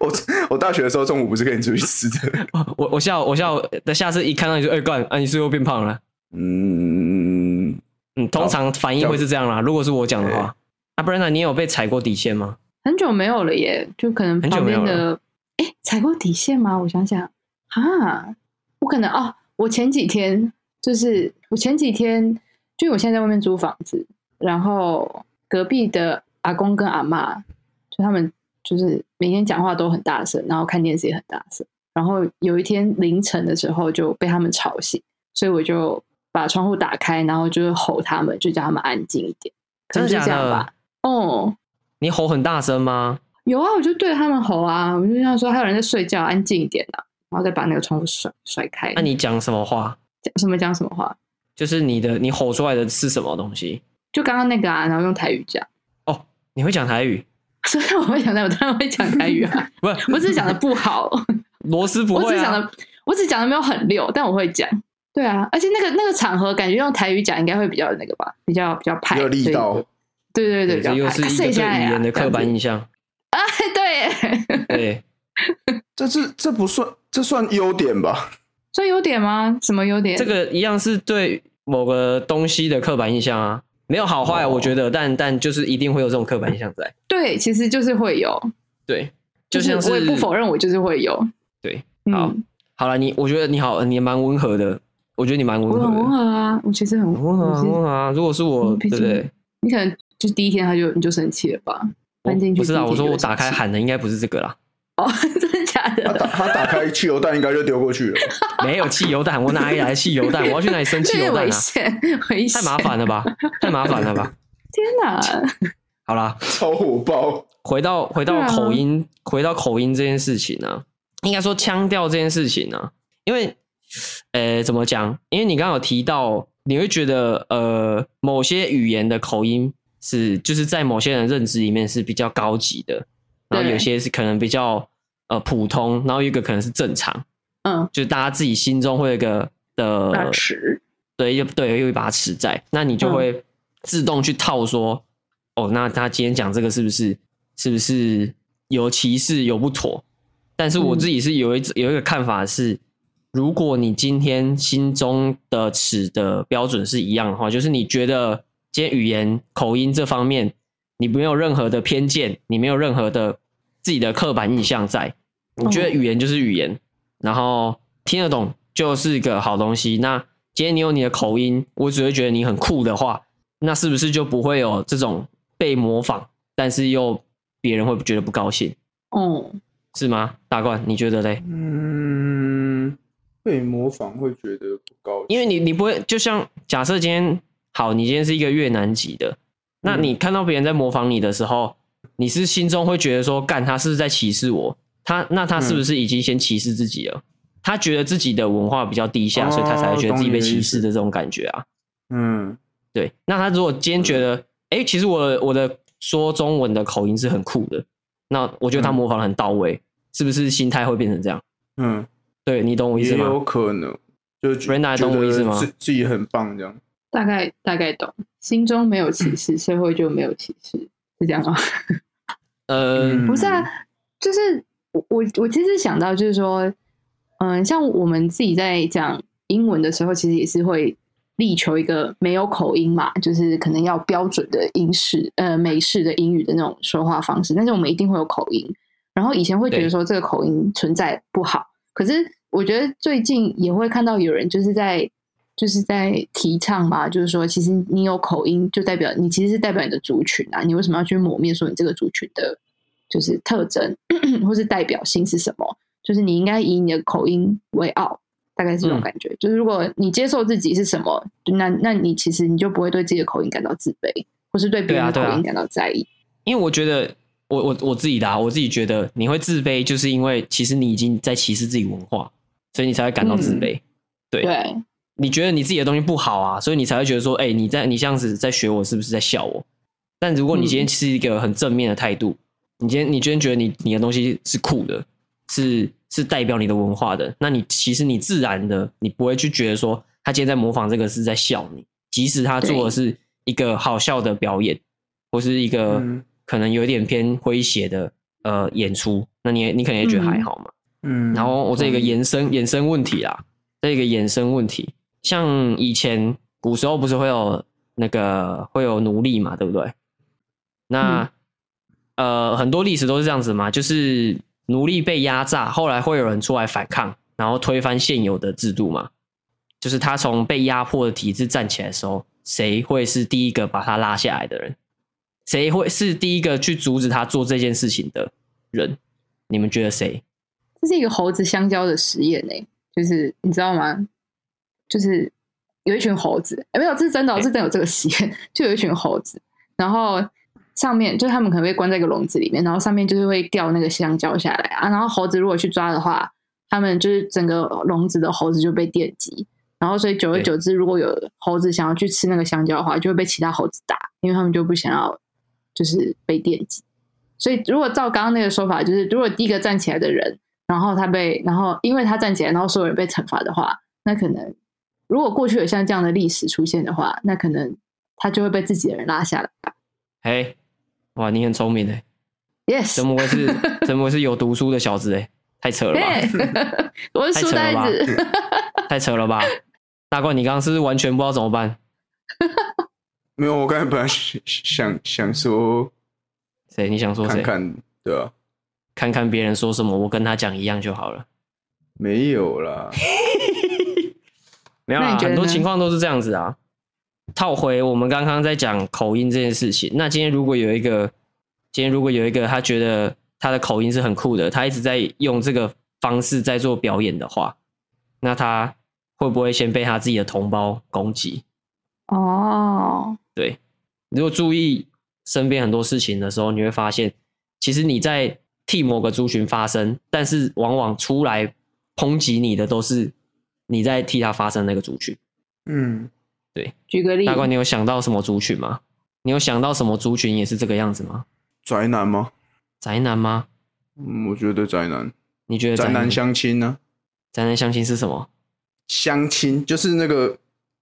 Speaker 2: 我我大学的时候中午不是跟你出去吃的。
Speaker 1: 我我下午我下午等下次一看到你就哎干啊，你是不是又变胖了？
Speaker 2: 嗯，
Speaker 1: 嗯，通常反应会是这样啦。如果是我讲的
Speaker 2: 哎
Speaker 1: 话，啊，不然呢？你有被踩过底线吗？
Speaker 3: 很久没有了耶，就可能
Speaker 1: 很久
Speaker 3: 旁
Speaker 1: 没有
Speaker 3: 边的哎踩过底线吗？我想想哈，我可能哦，我前几天就是我前几天，就我现在在外面租房子，然后隔壁的阿公跟阿嬷，就他们就是每天讲话都很大声，然后看电视也很大声，然后有一天凌晨的时候就被他们吵醒，所以我就把窗户打开，然后就是吼他们，就叫他们安静一点，可能就
Speaker 1: 真的假
Speaker 3: 这样
Speaker 1: 的
Speaker 3: 吧，哦、
Speaker 1: 你吼很大声吗？
Speaker 3: 有啊，我就对他们吼啊，我就这样说，还有人在睡觉，安静一点啊，然后再把那个窗户甩甩开。
Speaker 1: 啊那你讲什么话？
Speaker 3: 讲什么讲什么话？
Speaker 1: 就是你的你吼出来的是什么东西？
Speaker 3: 就刚刚那个啊，然后用台语讲。
Speaker 1: 哦，你会讲台语？
Speaker 3: 所以我会讲台语，我当然会讲台语啊，
Speaker 1: 不，
Speaker 3: 我只是讲的不好，
Speaker 1: 罗斯不
Speaker 3: 我只
Speaker 1: 会
Speaker 3: 是讲
Speaker 1: 啊。
Speaker 3: 的，我只讲的没有很溜，但我会讲。对啊，而且那个那个场合，感觉用台语讲应该会比较那个吧，比较比较派，
Speaker 2: 比较力
Speaker 3: 所以
Speaker 2: 道。
Speaker 3: 对对对，比
Speaker 1: 这
Speaker 3: 较
Speaker 1: 又
Speaker 3: 派
Speaker 1: 是一个
Speaker 3: 剩
Speaker 1: 对
Speaker 3: 下来
Speaker 1: 语
Speaker 3: 啊
Speaker 1: 言的刻板
Speaker 3: 这样
Speaker 1: 印象。
Speaker 3: 子对，
Speaker 1: 对，
Speaker 2: 这这这不算，这算优点吧？
Speaker 3: 所以优点吗？什么优点？
Speaker 1: 这个一样是对某个东西的刻板印象啊，没有好坏，
Speaker 2: 哦
Speaker 1: 我觉得，但但就是一定会有这种刻板印象在。
Speaker 3: 对，其实就是会有，
Speaker 1: 对，
Speaker 3: 就
Speaker 1: 就像
Speaker 3: 我也不否认，我就是会有。
Speaker 1: 对，好
Speaker 3: 嗯，
Speaker 1: 好了，你我觉得你好，你蛮温和的，我觉得你蛮温
Speaker 3: 我
Speaker 1: 和
Speaker 3: 很温
Speaker 1: 的，
Speaker 3: 和啊，我其实很
Speaker 1: 很温和啊，
Speaker 3: 我
Speaker 1: 很
Speaker 3: 其实
Speaker 1: 温和啊。如果是我，
Speaker 3: 嗯毕
Speaker 1: 对不
Speaker 3: 竟
Speaker 1: 对？
Speaker 3: 你可能就第一天他就你就生气了吧？
Speaker 1: 我
Speaker 3: 搬进去
Speaker 1: 不知道，
Speaker 3: 第一
Speaker 1: 我
Speaker 3: 天
Speaker 1: 说
Speaker 3: 就
Speaker 1: 我
Speaker 3: 生
Speaker 1: 打开
Speaker 3: 气
Speaker 1: 喊的应该不是这个啦，
Speaker 3: 哦， 真的假
Speaker 2: 他打
Speaker 3: 的？
Speaker 2: 他打开汽油弹，应该就丢过去 了。
Speaker 1: 没有汽油弹，我哪里来的汽油弹？我要去哪里生
Speaker 3: 这
Speaker 1: 汽
Speaker 3: 有
Speaker 1: 油弹
Speaker 3: 点 危
Speaker 1: 啊？
Speaker 3: 险，危险！
Speaker 1: 太麻！烦了吧，太麻烦了吧。
Speaker 3: 天哪！
Speaker 1: 好啦，
Speaker 2: 超火爆，
Speaker 1: 回到回
Speaker 3: 对
Speaker 1: 到
Speaker 3: 啊
Speaker 1: 口音，回到口音这件事情呢、应该说腔调这件事情呢、因为，呃，怎么讲？因为你刚刚有提到，你会觉得呃，某些语言的口音是就是在某些人认知里面是比较高级的，然后
Speaker 3: 对
Speaker 1: 有些是可能比较呃普通，然后有一个可能是正常，
Speaker 3: 嗯，
Speaker 1: 就是大家自己心中会有一个的
Speaker 3: 大尺，
Speaker 1: 对，又对，又一把尺在，那你就会自动去套说，哦，那他今天讲这个是不是是不是有歧视有不妥？但是我
Speaker 3: 嗯
Speaker 1: 自己是有一有一个看法是，如果你今天心中的尺的标准是一样的话，就是你觉得今天语言口音这方面你没有任何的偏见，你没有任何的自己的刻板印象在，你觉得
Speaker 3: 哦
Speaker 1: 语言就是语言，然后听得懂就是一个好东西。那今天你有你的口音，我只会觉得你很酷的话，那是不是就不会有这种被模仿，但是又别人会觉得不高兴，
Speaker 3: 哦，
Speaker 1: 是吗？大冠，你觉得嘞？
Speaker 2: 嗯，被模仿会觉得不高兴，
Speaker 1: 因为你你不会，就像假设今天好，你今天是一个越南籍的，那你
Speaker 2: 嗯
Speaker 1: 看到别人在模仿你的时候，你是心中会觉得说，干他是不是在歧视我？他那他
Speaker 2: 嗯
Speaker 1: 是不是已经先歧视自己了？他觉得自己的文化比较低下，
Speaker 2: 哦
Speaker 1: 所以他才会觉得自己被
Speaker 2: 懂你的
Speaker 1: 歧
Speaker 2: 意思
Speaker 1: 视的这种感觉啊。
Speaker 2: 嗯，
Speaker 1: 对，那他如果今天觉得，哎、其实我的我的说中文的口音是很酷的，那我觉得他
Speaker 2: 嗯
Speaker 1: 模仿的很到位，是不是心态会变成这样？
Speaker 2: 嗯，
Speaker 1: 对你懂我意思
Speaker 2: 也
Speaker 1: 吗？
Speaker 2: 有可能，就觉
Speaker 1: Brenda，
Speaker 2: 觉
Speaker 1: 懂我
Speaker 2: 得
Speaker 1: 意思吗
Speaker 2: 自自己很棒这样。
Speaker 3: 大概大概懂，心中没有歧 视，社会就没有歧视，是这样吗？
Speaker 1: 呃，
Speaker 2: 嗯
Speaker 3: 不是啊，就是我我我其实想到就是说，嗯，像我们自己在讲英文的时候，其实也是会力求一个没有口音嘛，就是可能要标准的英式呃美式的英语的那种说话方式，但是我们一定会有口音。然后以前会觉
Speaker 1: 对
Speaker 3: 得说这个口音存在不好，可是我觉得最近也会看到有人就是在就是在提倡吧，就是说其实你有口音就代表你其实是代表你的族群啊，你为什么要去抹灭说你这个族群的就是特征或是代表性是什么？就是你应该以你的口音为傲，大概是这
Speaker 1: 嗯
Speaker 3: 种感觉。就是如果你接受自己是什么，那那你其实你就不会对自己的口音感到自卑，或是对别人的
Speaker 1: 对啊对啊
Speaker 3: 口音感到在意。
Speaker 1: 因为我觉得我我我自己的、啊，我自己觉得你会自卑，就是因为其实你已经在歧视自己文化，所以你才会感到自卑。对
Speaker 3: 对
Speaker 1: 你觉得你自己的东西不好啊，所以你才会觉得说，哎、你在你这样子在学我，是不是在笑我？但如果你今天是一个很正面的态度，你今天你今天觉得你你的东西是酷的，是是代表你的文化的，那你其实你自然的你不会去觉得说他今天在模仿这个是在笑你，即使他做的是一个好笑的表演，或是一个
Speaker 2: 嗯
Speaker 1: 可能有点偏诙谐的呃演出，那你也你可能也觉得还好嘛。
Speaker 2: 嗯
Speaker 1: 然后我这个
Speaker 2: 同意
Speaker 1: 衍生衍生问题啦，这个衍生问题，像以前古时候不是会有那个会有奴隶嘛，对不对？
Speaker 2: 嗯
Speaker 1: 那、呃，很多历史都是这样子嘛，就是奴隶被压榨，后来会有人出来反抗，然后推翻现有的制度嘛。就是他从被压迫的体制站起来的时候，谁会是第一个把他拉下来的人？谁会是第一个去阻止他做这件事情的人？你们觉得谁？
Speaker 3: 这是一个猴子香蕉的实验呢、就是你知道吗？就是有一群猴子，哎，没有，这是真的哦、
Speaker 1: 哎
Speaker 3: 这真的有这个实验，就有一群猴子，然后上面就是他们可能被关在一个笼子里面，然后上面就是会掉那个香蕉下来啊，然后猴子如果去抓的话，他们就是整个笼子的猴子就被电击，然后所以久而久之，如果有猴子想要去吃那个香蕉的话，就会被其他猴子打，因为他们就不想要就是被电击。所以如果照刚刚那个说法，就是如果第一个站起来的人然后他被，然后因为他站起来，然后所有人被惩罚的话，那可能如果过去有像这样的历史出现的话，那可能他就会被自己的人拉下来吧。
Speaker 1: 哎，哇，你很聪明哎，
Speaker 3: Yes，
Speaker 1: 怎么回事？怎么回事？有读书的小子哎，太扯了吧，
Speaker 3: 哎我是书呆
Speaker 1: 太扯
Speaker 3: 子，
Speaker 1: 太扯了吧！大冠，你刚刚是不是完全不知道怎么办？
Speaker 2: 没有，我刚才本来想想想说
Speaker 1: 谁？你想说
Speaker 2: 看
Speaker 1: 谁？
Speaker 2: 看，对啊，
Speaker 1: 看看别人说什么，我跟他讲一样就好了。
Speaker 2: 没 有啦，
Speaker 1: 没有
Speaker 3: 那
Speaker 1: 啦，
Speaker 3: 你觉得
Speaker 1: 很多
Speaker 3: 呢
Speaker 1: 情况都是这样子啊。套回我们刚刚在讲口音这件事情，那今天如果有一个，今天如果有一个他觉得他的口音是很酷的，他一直在用这个方式在做表演的话，那他会不会先被他自己的同胞攻击？
Speaker 3: 哦，
Speaker 1: 对，如果注意身边很多事情的时候，你会发现，其实你在替某个族群发声，但是往往出来抨击你的都是你在替他发声那个族群。
Speaker 2: 嗯，
Speaker 3: 举个例，
Speaker 1: 大冠，你有想到什么族群吗？你有想到什么族群也是这个样子吗？
Speaker 2: 宅男吗？
Speaker 1: 宅男吗？
Speaker 2: 嗯，我觉得宅男，
Speaker 1: 你觉得
Speaker 2: 宅
Speaker 1: 男
Speaker 2: 男相亲呢、
Speaker 1: 宅男相亲是什么？
Speaker 2: 相亲就是那个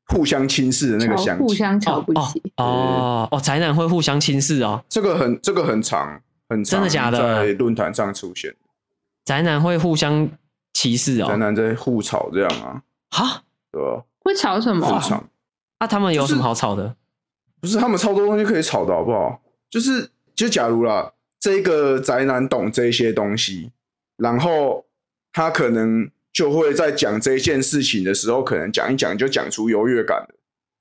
Speaker 2: 互相轻视的那个
Speaker 3: 瞧
Speaker 2: 相
Speaker 3: 互
Speaker 2: 亲，
Speaker 3: 相瞧不
Speaker 1: 哦
Speaker 3: 起，
Speaker 1: 哦
Speaker 2: 嗯
Speaker 1: 哦，宅男会互相轻视哦，
Speaker 2: 这个很这个很长很长，
Speaker 1: 真的假的
Speaker 2: 在论坛上出现，
Speaker 1: 宅男会互相歧视
Speaker 2: 宅
Speaker 1: 哦。
Speaker 2: 男在互吵这样啊，
Speaker 1: 哈，
Speaker 2: 对吧、
Speaker 3: 会吵什么
Speaker 2: 啊？
Speaker 3: 啊？
Speaker 2: 很长，
Speaker 1: 那、他们有什么好吵的？
Speaker 2: 不是他们超多东西可以吵的好不好？就是就假如啦，这个宅男懂这些东西，然后他可能就会在讲这件事情的时候，可能讲一讲就讲出优越感了，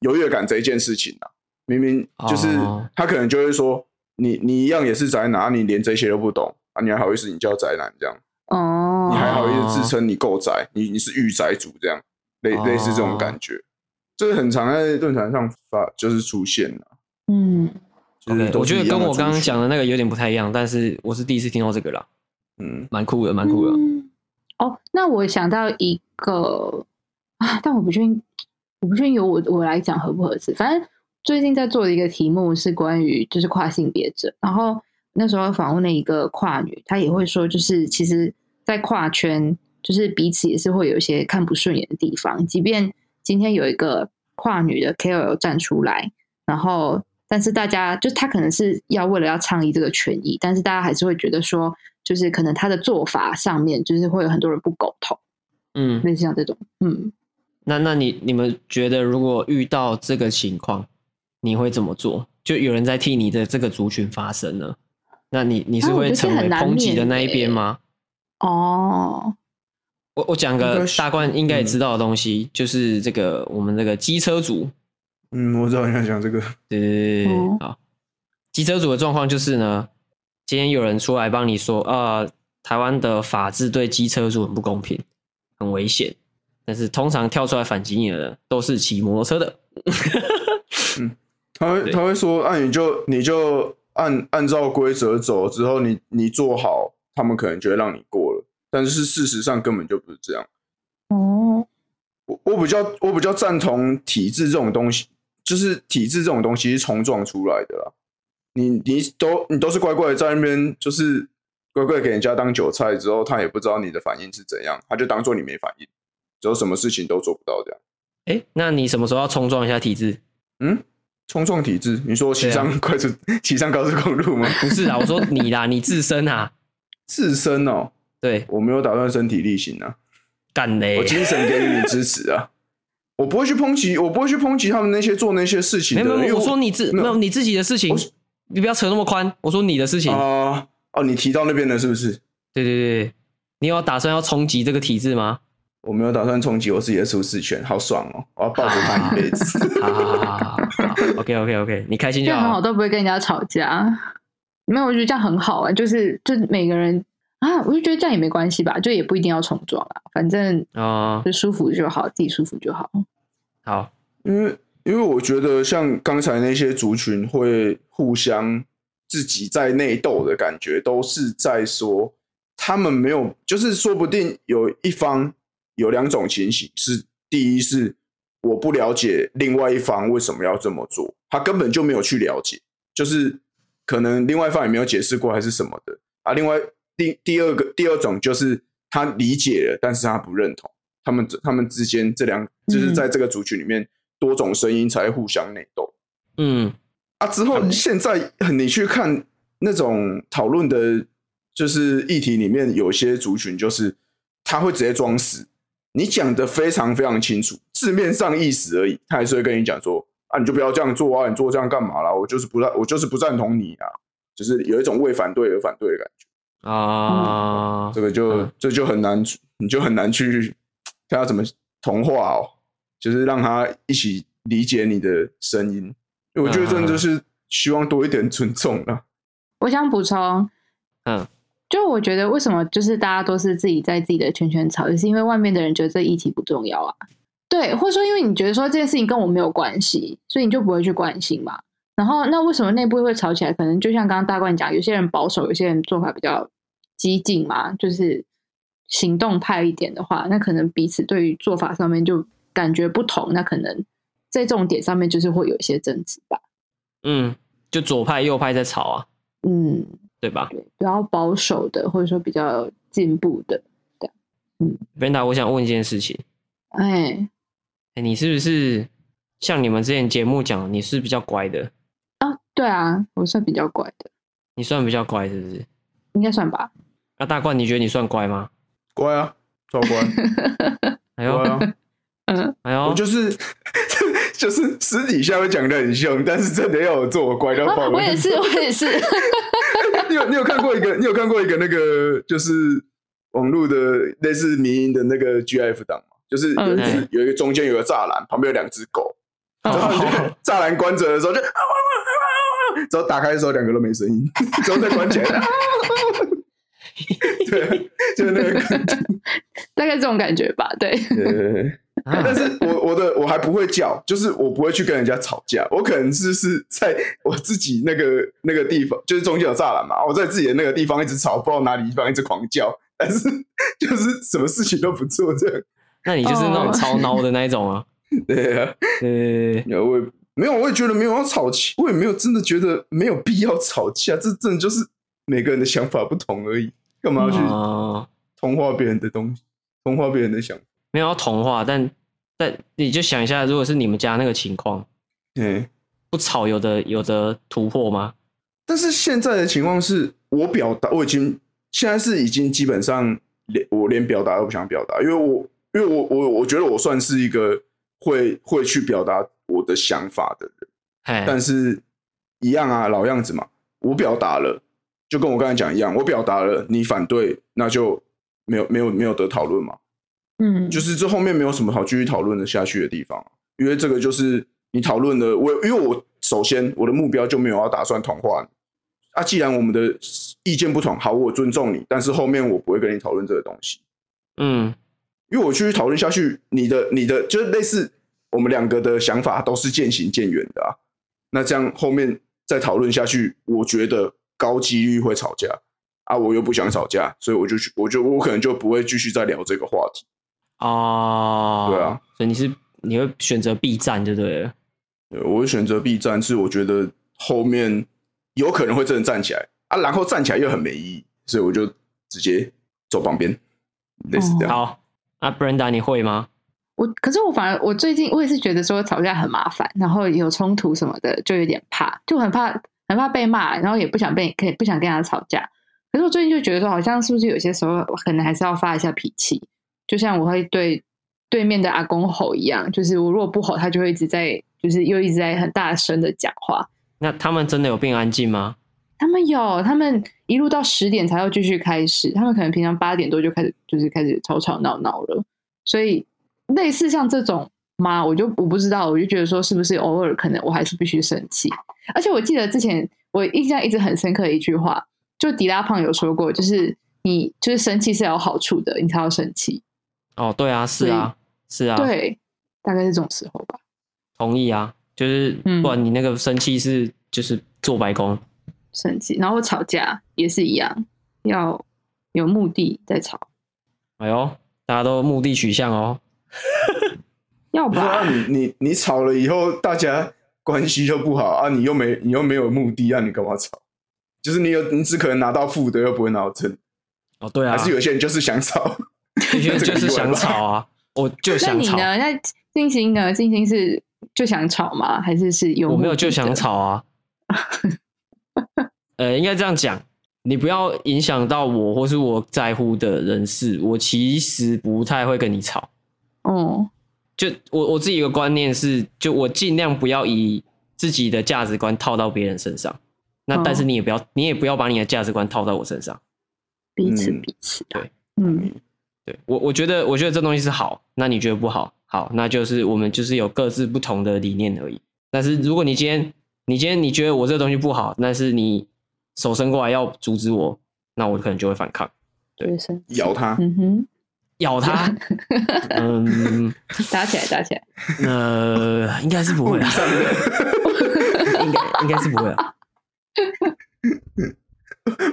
Speaker 2: 优越感这一件事情啊，明明就是
Speaker 1: 哦
Speaker 2: 他可能就会说，你你一样也是宅男，啊你连这些都不懂啊，你还好意思你叫宅男这样？
Speaker 3: 哦，
Speaker 2: 你还好意思自称你够宅，你你是御宅族这样，类、类似这种感觉，这个很常在论坛上发，就是出现了。
Speaker 3: 嗯，
Speaker 2: 就是
Speaker 1: OK，
Speaker 2: 都
Speaker 1: 我
Speaker 2: 是
Speaker 1: 觉得
Speaker 2: 一样啊
Speaker 1: 跟
Speaker 2: 的
Speaker 1: 我刚
Speaker 2: 族
Speaker 1: 刚
Speaker 2: 群
Speaker 1: 讲的那个有点不太一样，但是我是第一次听到这个啦，
Speaker 2: 嗯，
Speaker 1: 蛮酷的，蛮酷的。
Speaker 3: 嗯哦，那我想到一个啊，但我不确定，我不确定由我我来讲合不合适。反正最近在做的一个题目是关于就是跨性别者，然后那时候访问了一个跨女，她也会说，就是其实，在跨圈，就是彼此也是会有一些看不顺眼的地方，即便今天有一个跨女的 KOL 站出来，然后但是大家就他可能是要为了要倡议这个权益，但是大家还是会觉得说，就是可能他的做法上面就是会有很多人不苟同，
Speaker 1: 嗯，
Speaker 3: 类似像这种，嗯，
Speaker 1: 那那你你们觉得如果遇到这个情况，你会怎么做？就有人在替你的这个族群发声呢？那你你是
Speaker 3: 啊我觉
Speaker 1: 会
Speaker 3: 得
Speaker 1: 成为
Speaker 3: 很难
Speaker 1: 抨击的
Speaker 3: 免欸
Speaker 1: 那一
Speaker 3: 耶
Speaker 1: 边吗？
Speaker 3: 哦，
Speaker 1: 我我讲
Speaker 2: 应
Speaker 1: 个
Speaker 2: 该是
Speaker 1: 大冠应该也
Speaker 2: 嗯
Speaker 1: 知道的东西，就是这个我们这个机车组，
Speaker 2: 嗯，我知道你在讲这个，
Speaker 1: 对对对对对
Speaker 3: 哦，
Speaker 1: 好，机车组的状况就是呢，今天有人出来帮你说，啊，台湾的法制对机车族很不公平，很危险，但是通常跳出来反击你的人都是骑摩托车的。
Speaker 2: 他
Speaker 1: 对
Speaker 2: 会他会说，按、你就你就按按照规则走，之后你你做好，他们可能就会让你过了。但是事实上根本就不是这样。
Speaker 3: 哦，
Speaker 2: 我我比较我比较赞同体制这种东西，就是体制这种东西是冲撞出来的啦。你你都你都是乖乖地在那边，就是乖乖地给人家当韭菜之后，他也不知道你的反应是怎样，他就当做你没反应，之后什么事情都做不到这样。
Speaker 1: 哎，那你什么时候要冲撞一下体制？
Speaker 2: 嗯，冲撞体制，你说骑
Speaker 1: 对啊
Speaker 2: 上快速、骑上高速公路吗？
Speaker 1: 不是啊，我说你啦，你自身啊，
Speaker 2: 自身哦，
Speaker 1: 对，
Speaker 2: 我没有打算身体力行啊，
Speaker 1: 干嘞
Speaker 2: 我，精神给予你支持啊，我不会去抨击，我不会去抨击他们那些做那些事情
Speaker 1: 没
Speaker 2: 的
Speaker 1: 有
Speaker 2: 人，
Speaker 1: 没
Speaker 2: 因为
Speaker 1: 有，我说你自
Speaker 2: 没
Speaker 1: 没
Speaker 2: 有
Speaker 1: 有你自己的事情
Speaker 2: 我是，
Speaker 1: 你不要扯那么宽。我说你的事情，
Speaker 2: 啊、哦，你提到那边了是不是？
Speaker 1: 对对对，你有打算要冲击这个体制吗？
Speaker 2: 我没有打算冲击我自己的舒适圈，好爽哦！我要抱着他一 辈子。
Speaker 1: 好好好好好好，OK OK OK，你开心
Speaker 3: 这
Speaker 1: 就
Speaker 3: 样很
Speaker 1: 好
Speaker 3: 好，。都不会跟人家吵架，没有，我觉得这样很好啊，就是就每个人啊，我就觉得这样也没关系吧，就也不一定要重装啊，反正
Speaker 1: 哦，
Speaker 3: 就舒服就好，自己舒服就好，
Speaker 1: 好，
Speaker 2: 因为因为我觉得像刚才那些族群会互相自己在内斗的感觉，都是在说他们没有，就是说不定有一方有两种情形是：第一是我不了解另外一方为什么要这么做，他根本就没有去了解，就是可能另外一方也没有解释过还是什么的啊。另外第第二个第二种就是他理解了，但是他不认同。他们他们之间这两，就是在这个族群里面，多种声音才会互相内斗
Speaker 1: 嗯，
Speaker 2: 啊。之后现在你去看那种讨论的，就是议题里面，有些族群就是他会直接装死，你讲的非常非常清楚，字面上意思而已，他还是会跟你讲说啊，你就不要这样做啊，你做这样干嘛啦？我就是不赞，我就是不赞同你啊，就是有一种为反对而反对的感觉。
Speaker 1: 啊、
Speaker 2: 这个就、
Speaker 1: 嗯
Speaker 2: 这就很难，你就很难去看他怎么同化哦，就是让他一起理解你的声音。我觉得
Speaker 1: 嗯
Speaker 2: 这就是希望多一点尊重啦。
Speaker 3: 我想补充，
Speaker 1: 嗯，
Speaker 3: 就我觉得为什么就是大家都是自己在自己的圈圈吵，就是因为外面的人觉得这议题不重要啊。对，或者说因为你觉得说这件事情跟我没有关系，所以你就不会去关心嘛。然后那为什么内部会吵起来？可能就像刚刚大冠讲，有些人保守，有些人做法比较激进嘛，就是行动派一点的话，那可能彼此对于做法上面就感觉不同，那可能在这种点上面就是会有一些争执吧。
Speaker 1: 嗯，就左派右派在吵啊，
Speaker 3: 嗯，
Speaker 1: 对吧
Speaker 3: 对，比较保守的，或者说比较进步的，
Speaker 1: b e n d a 我想问一件事情，
Speaker 3: 哎，
Speaker 1: 哎，你是不是像你们之前节目讲，你是比较乖的，
Speaker 3: 啊，对啊，我算比较乖的，
Speaker 1: 你算比较乖是不是？
Speaker 3: 应该算吧。
Speaker 1: 那大冠，你觉得你算乖吗？
Speaker 2: 乖啊，超乖，
Speaker 1: 哎
Speaker 2: 乖
Speaker 1: 呦，
Speaker 2: 啊！
Speaker 3: 嗯，
Speaker 1: 哎呦，
Speaker 2: 我就是 就是私底下会讲的很凶，但是真的要我做，我乖到爆。
Speaker 3: 啊我也是，我也是，
Speaker 2: 你有你有看过一个，你有看过一个那个就是网络的类似迷音的那个 GIF 档吗？就是有一只、
Speaker 1: 嗯
Speaker 2: 有一个中间有个栅栏，旁边有两只狗，然
Speaker 1: 啊
Speaker 2: 后你就栅栏关着的时候就，啊啊啊啊只要打开的时候两个都没声音，之后再关起来。啊啊啊对，就是那个感觉。
Speaker 3: 大概这种感觉吧。对，
Speaker 2: 对
Speaker 1: 啊
Speaker 2: 但是我我的我还不会叫，就是我不会去跟人家吵架，我可能是是在我自己那个那个地方，就是中间有栅栏嘛，我在自己的那个地方一直吵，不知道哪里地方一直狂叫，但是就是什么事情都不做这样。
Speaker 1: 那你就是那种
Speaker 3: 哦
Speaker 1: 超孬的那一种啊。
Speaker 2: 对啊，
Speaker 1: 呃，
Speaker 2: 没有我也没有，我也觉得没有要吵架，我也没有真的觉得没有必要吵架，这真的就是每个人的想法不同而已，干嘛要去
Speaker 1: 哦，
Speaker 2: 同化别人的东西，同化别人的想法？
Speaker 1: 没有要同化，但但你就想一下，如果是你们家那个情况，
Speaker 2: 嗯。
Speaker 1: 不吵有的有的突破吗？
Speaker 2: 但是现在的情况是我表达，我已经现在是已经基本上连我连表达都不想表达，因为我因为我我我觉得我算是一个会会去表达我的想法的人，
Speaker 1: 哎，
Speaker 2: 但是一样啊，老样子嘛，我表达了，就跟我刚才讲一样，我表达了，你反对，那就没有没有没有得讨论嘛，
Speaker 3: 嗯，
Speaker 2: 就是这后面没有什么好继续讨论的下去的地方，啊因为这个就是你讨论的，我因为我首先我的目标就没有要打算同化你啊，既然我们的意见不同，好，我尊重你，但是后面我不会跟你讨论这个东西，
Speaker 1: 嗯，
Speaker 2: 因为我继续讨论下去，你的你的就是类似我们两个的想法都是渐行渐远的啊，那这样后面再讨论下去，我觉得高几率会吵架啊，我又不想吵架，所以我就去，我就我可能就不会继续再聊这个话题。
Speaker 1: 哦，
Speaker 2: 对啊，
Speaker 1: 所以你是你会选择避战就对了。
Speaker 2: 对，我会选择 B 站，是我觉得后面有可能会真的站起来啊，然后站起来又很没意义，所以我就直接走旁边，类似这样。
Speaker 1: 好，那 Brenda 你会吗？
Speaker 3: 我，可是我反而我最近我也是觉得说吵架很麻烦，然后有冲突什么的，就有点怕，就很怕很怕被骂，然后也不想被可以不想跟他吵架。可是我最近就觉得说，好像是不是有些时候我可能还是要发一下脾气，就像我会对对面的阿公吼一样，就是我如果不吼，他就会一直在，就是又一直在很大声的讲话。
Speaker 1: 那他们真的有变安静吗？
Speaker 3: 他们有，他们一路到十点才要继续开始，他们可能平常八点多就开始，就是开始吵吵闹闹了。所以类似像这种吗？我就我不知道，我就觉得说是不是偶尔可能我还是必须生气。而且我记得之前我印象一直很深刻的一句话，就迪拉胖有说过，就是你就是生气是要有好处的，你才要生气。
Speaker 1: 哦，对啊，是啊，是啊，
Speaker 3: 对，大概是这种时候吧。
Speaker 1: 同意啊，就是
Speaker 3: 嗯
Speaker 1: 不然你那个生气是就是做白工。
Speaker 3: 生气，然后吵架也是一样，要有目的在吵，
Speaker 1: 哎呦，大家都目的取向哦。
Speaker 3: 要
Speaker 2: 不是 啊，
Speaker 3: 吧？
Speaker 2: 你你你吵了以后，大家关系就不好啊，你又没你又没有目的，啊，你干嘛吵？就是你有你只可能拿到负的，又不会拿到正的。
Speaker 1: 哦，对啊，
Speaker 2: 还是有些人就是想吵。
Speaker 1: 有些人
Speaker 2: 这个
Speaker 1: 就是
Speaker 2: 例外
Speaker 1: 想
Speaker 2: 吧
Speaker 1: 吵啊，我就
Speaker 3: 那
Speaker 1: 想
Speaker 3: 你
Speaker 1: 吵，
Speaker 3: 呢？那静心呢？静心是就想吵吗？还是是有？
Speaker 1: 我没有就想。吵啊。呃，应该这样讲，你不要影响到我或是我在乎的人事，我其实不太会跟你吵。
Speaker 3: 嗯
Speaker 1: 就我我自己一个观念是，就我尽量不要以自己的价值观套到别人身上。那
Speaker 3: 哦
Speaker 1: 但是你也不要，你也不要把你的价值观套到我身上。
Speaker 3: 彼此
Speaker 2: 嗯
Speaker 3: 彼此啊。
Speaker 1: 对
Speaker 3: 嗯，
Speaker 1: 对我，我觉得，我觉得这东西是好，那你觉得不好？好，那就是我们就是有各自不同的理念而已。但是如果你今天，你今天你觉得我这东西不好，但是你手伸过来要阻止我，那我可能就会反抗，对
Speaker 3: 学生。
Speaker 2: 咬他，
Speaker 3: 嗯哼，
Speaker 1: 咬他。嗯，
Speaker 3: 打起来，打起 来。
Speaker 1: 呃，应该是不会啦，应该应该是不会啊啦。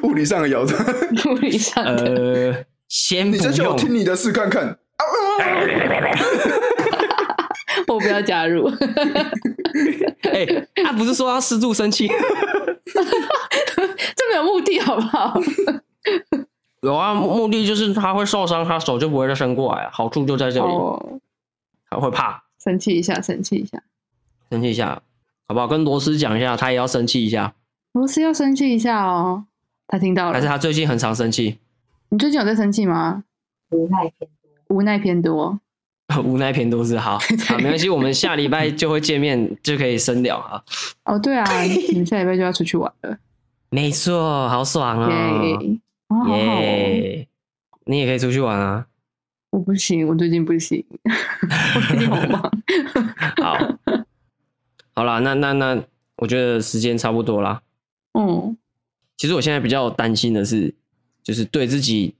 Speaker 2: 物理上的咬他。
Speaker 3: 物理上的。
Speaker 1: 呃，先
Speaker 2: 你
Speaker 1: 不
Speaker 2: 再叫我
Speaker 1: 用，
Speaker 2: 听你的试看看。
Speaker 3: 我不要加入，
Speaker 1: 哎、他、不是说要适度生气？
Speaker 3: 这没有目的，好不好？
Speaker 1: 有啊，目的就是他会受伤，他手就不会再伸过来，好处就在这里，
Speaker 3: 哦，
Speaker 1: 他会怕。
Speaker 3: 生气一下，生气一下，
Speaker 1: 生气一下，好不好？跟罗斯讲一下，他也要生气一下。
Speaker 3: 罗斯要生气一下哦。他听到
Speaker 1: 还是
Speaker 3: 了，
Speaker 1: 他最近很常生气，
Speaker 3: 你最近有在生气吗？
Speaker 5: 无奈偏
Speaker 3: 无奈偏多，
Speaker 1: 无奈偏多是 好，好没关系，我们下礼拜就会见面，就可以深聊啊。
Speaker 3: 哦，对啊，你们下礼拜就要出去玩了，
Speaker 1: 没错，好爽
Speaker 3: 耶、
Speaker 1: 啊！
Speaker 3: 哦，好好哦，
Speaker 1: 耶！你也可以出去玩啊。
Speaker 3: 我不行，我最近不行，我最近好忙，
Speaker 1: 好， 好啦，那那那，我觉得时间差不多啦。
Speaker 3: 嗯，
Speaker 1: 其实我现在比较担心的是，就是对自己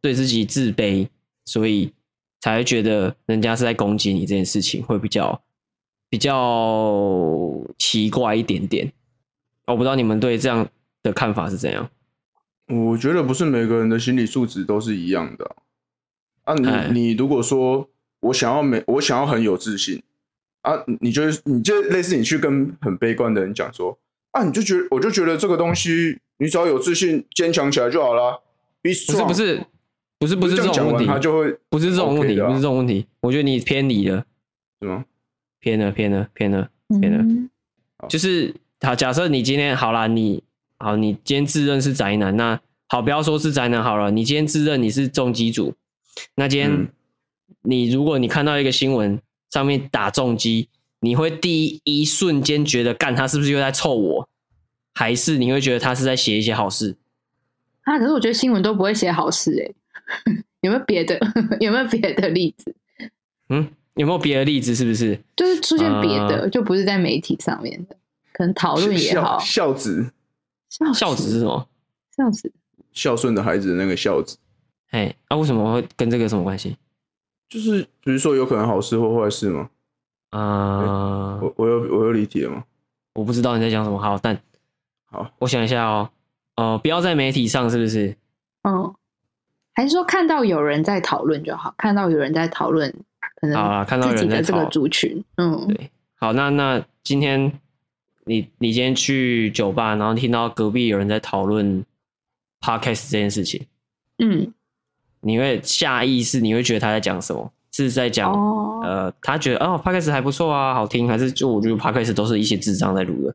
Speaker 1: 对自己自卑，所以才会觉得人家是在攻击你这件事情会比较比较奇怪一点点。我不知道你们对这样的看法是怎样？
Speaker 2: 我觉得不是每个人的心理素质都是一样的啊。啊
Speaker 1: 哎
Speaker 2: 你你如果说我想要没我想要很有自信啊，你就你就类似你去跟很悲观的人讲说啊，你就觉得我就觉得这个东西，你只要有自信，坚强起来就好了。不
Speaker 1: 不是不是不是不是
Speaker 2: 啊这
Speaker 1: 这种
Speaker 2: 样讲
Speaker 1: 问
Speaker 2: 完
Speaker 1: 题，
Speaker 2: 他就会
Speaker 1: 不是这种问题，
Speaker 2: OK 的啊
Speaker 1: 不是这种问题。我觉得你偏离了，
Speaker 2: 什么？
Speaker 1: 偏了，偏了，偏了。别的
Speaker 3: 嗯，
Speaker 1: 就是好，假设你今天好啦，你好，你今天自认是宅男，那好，不要说是宅男好了，你今天自认你是重击组，那今天、
Speaker 2: 嗯
Speaker 1: 你如果你看到一个新闻上面打重击，你会第一瞬间觉得干他是不是又在臭我，还是你会觉得他是在写一些好事？
Speaker 3: 啊，可是我觉得新闻都不会写好事哎、 有没有别的？ 有没有别的例子？
Speaker 1: 嗯，有没有别的例子？是不是？
Speaker 3: 就是出现别的，
Speaker 1: 呃
Speaker 3: 就不是在媒体上面的，可能讨论也好
Speaker 2: 孝，孝子哦
Speaker 3: 笑
Speaker 1: 孝子是什么？
Speaker 3: 笑死，
Speaker 2: 孝顺的孩子的那个孝子，
Speaker 1: 哎，啊，为什么会跟这个有什么关系？
Speaker 2: 就是比如说有可能好事或坏事吗？
Speaker 1: 啊、
Speaker 2: 我我有我有理解吗？
Speaker 1: 我不知道你在讲什么，好，但
Speaker 2: 好，
Speaker 1: 我想一下哦，哦、不要在媒体上，是不是？
Speaker 3: 嗯，还是说看到有人在讨论就好，看到有人在讨论，
Speaker 1: 好
Speaker 3: 可能
Speaker 1: 啦啊看到有
Speaker 3: 自己
Speaker 1: 人在
Speaker 3: 的这个
Speaker 1: 讨
Speaker 3: 族群，嗯，
Speaker 1: 对，好，那那今天你你今天去酒吧，然后听到隔壁有人在讨论 podcast 这件事情，
Speaker 3: 嗯，
Speaker 1: 你会下意识你会觉得他在讲什么？是在讲、
Speaker 3: 哦，
Speaker 1: 呃，他觉得哦 podcast 还不错啊，好听，还是就我觉得 podcast 都是一些智障在录的？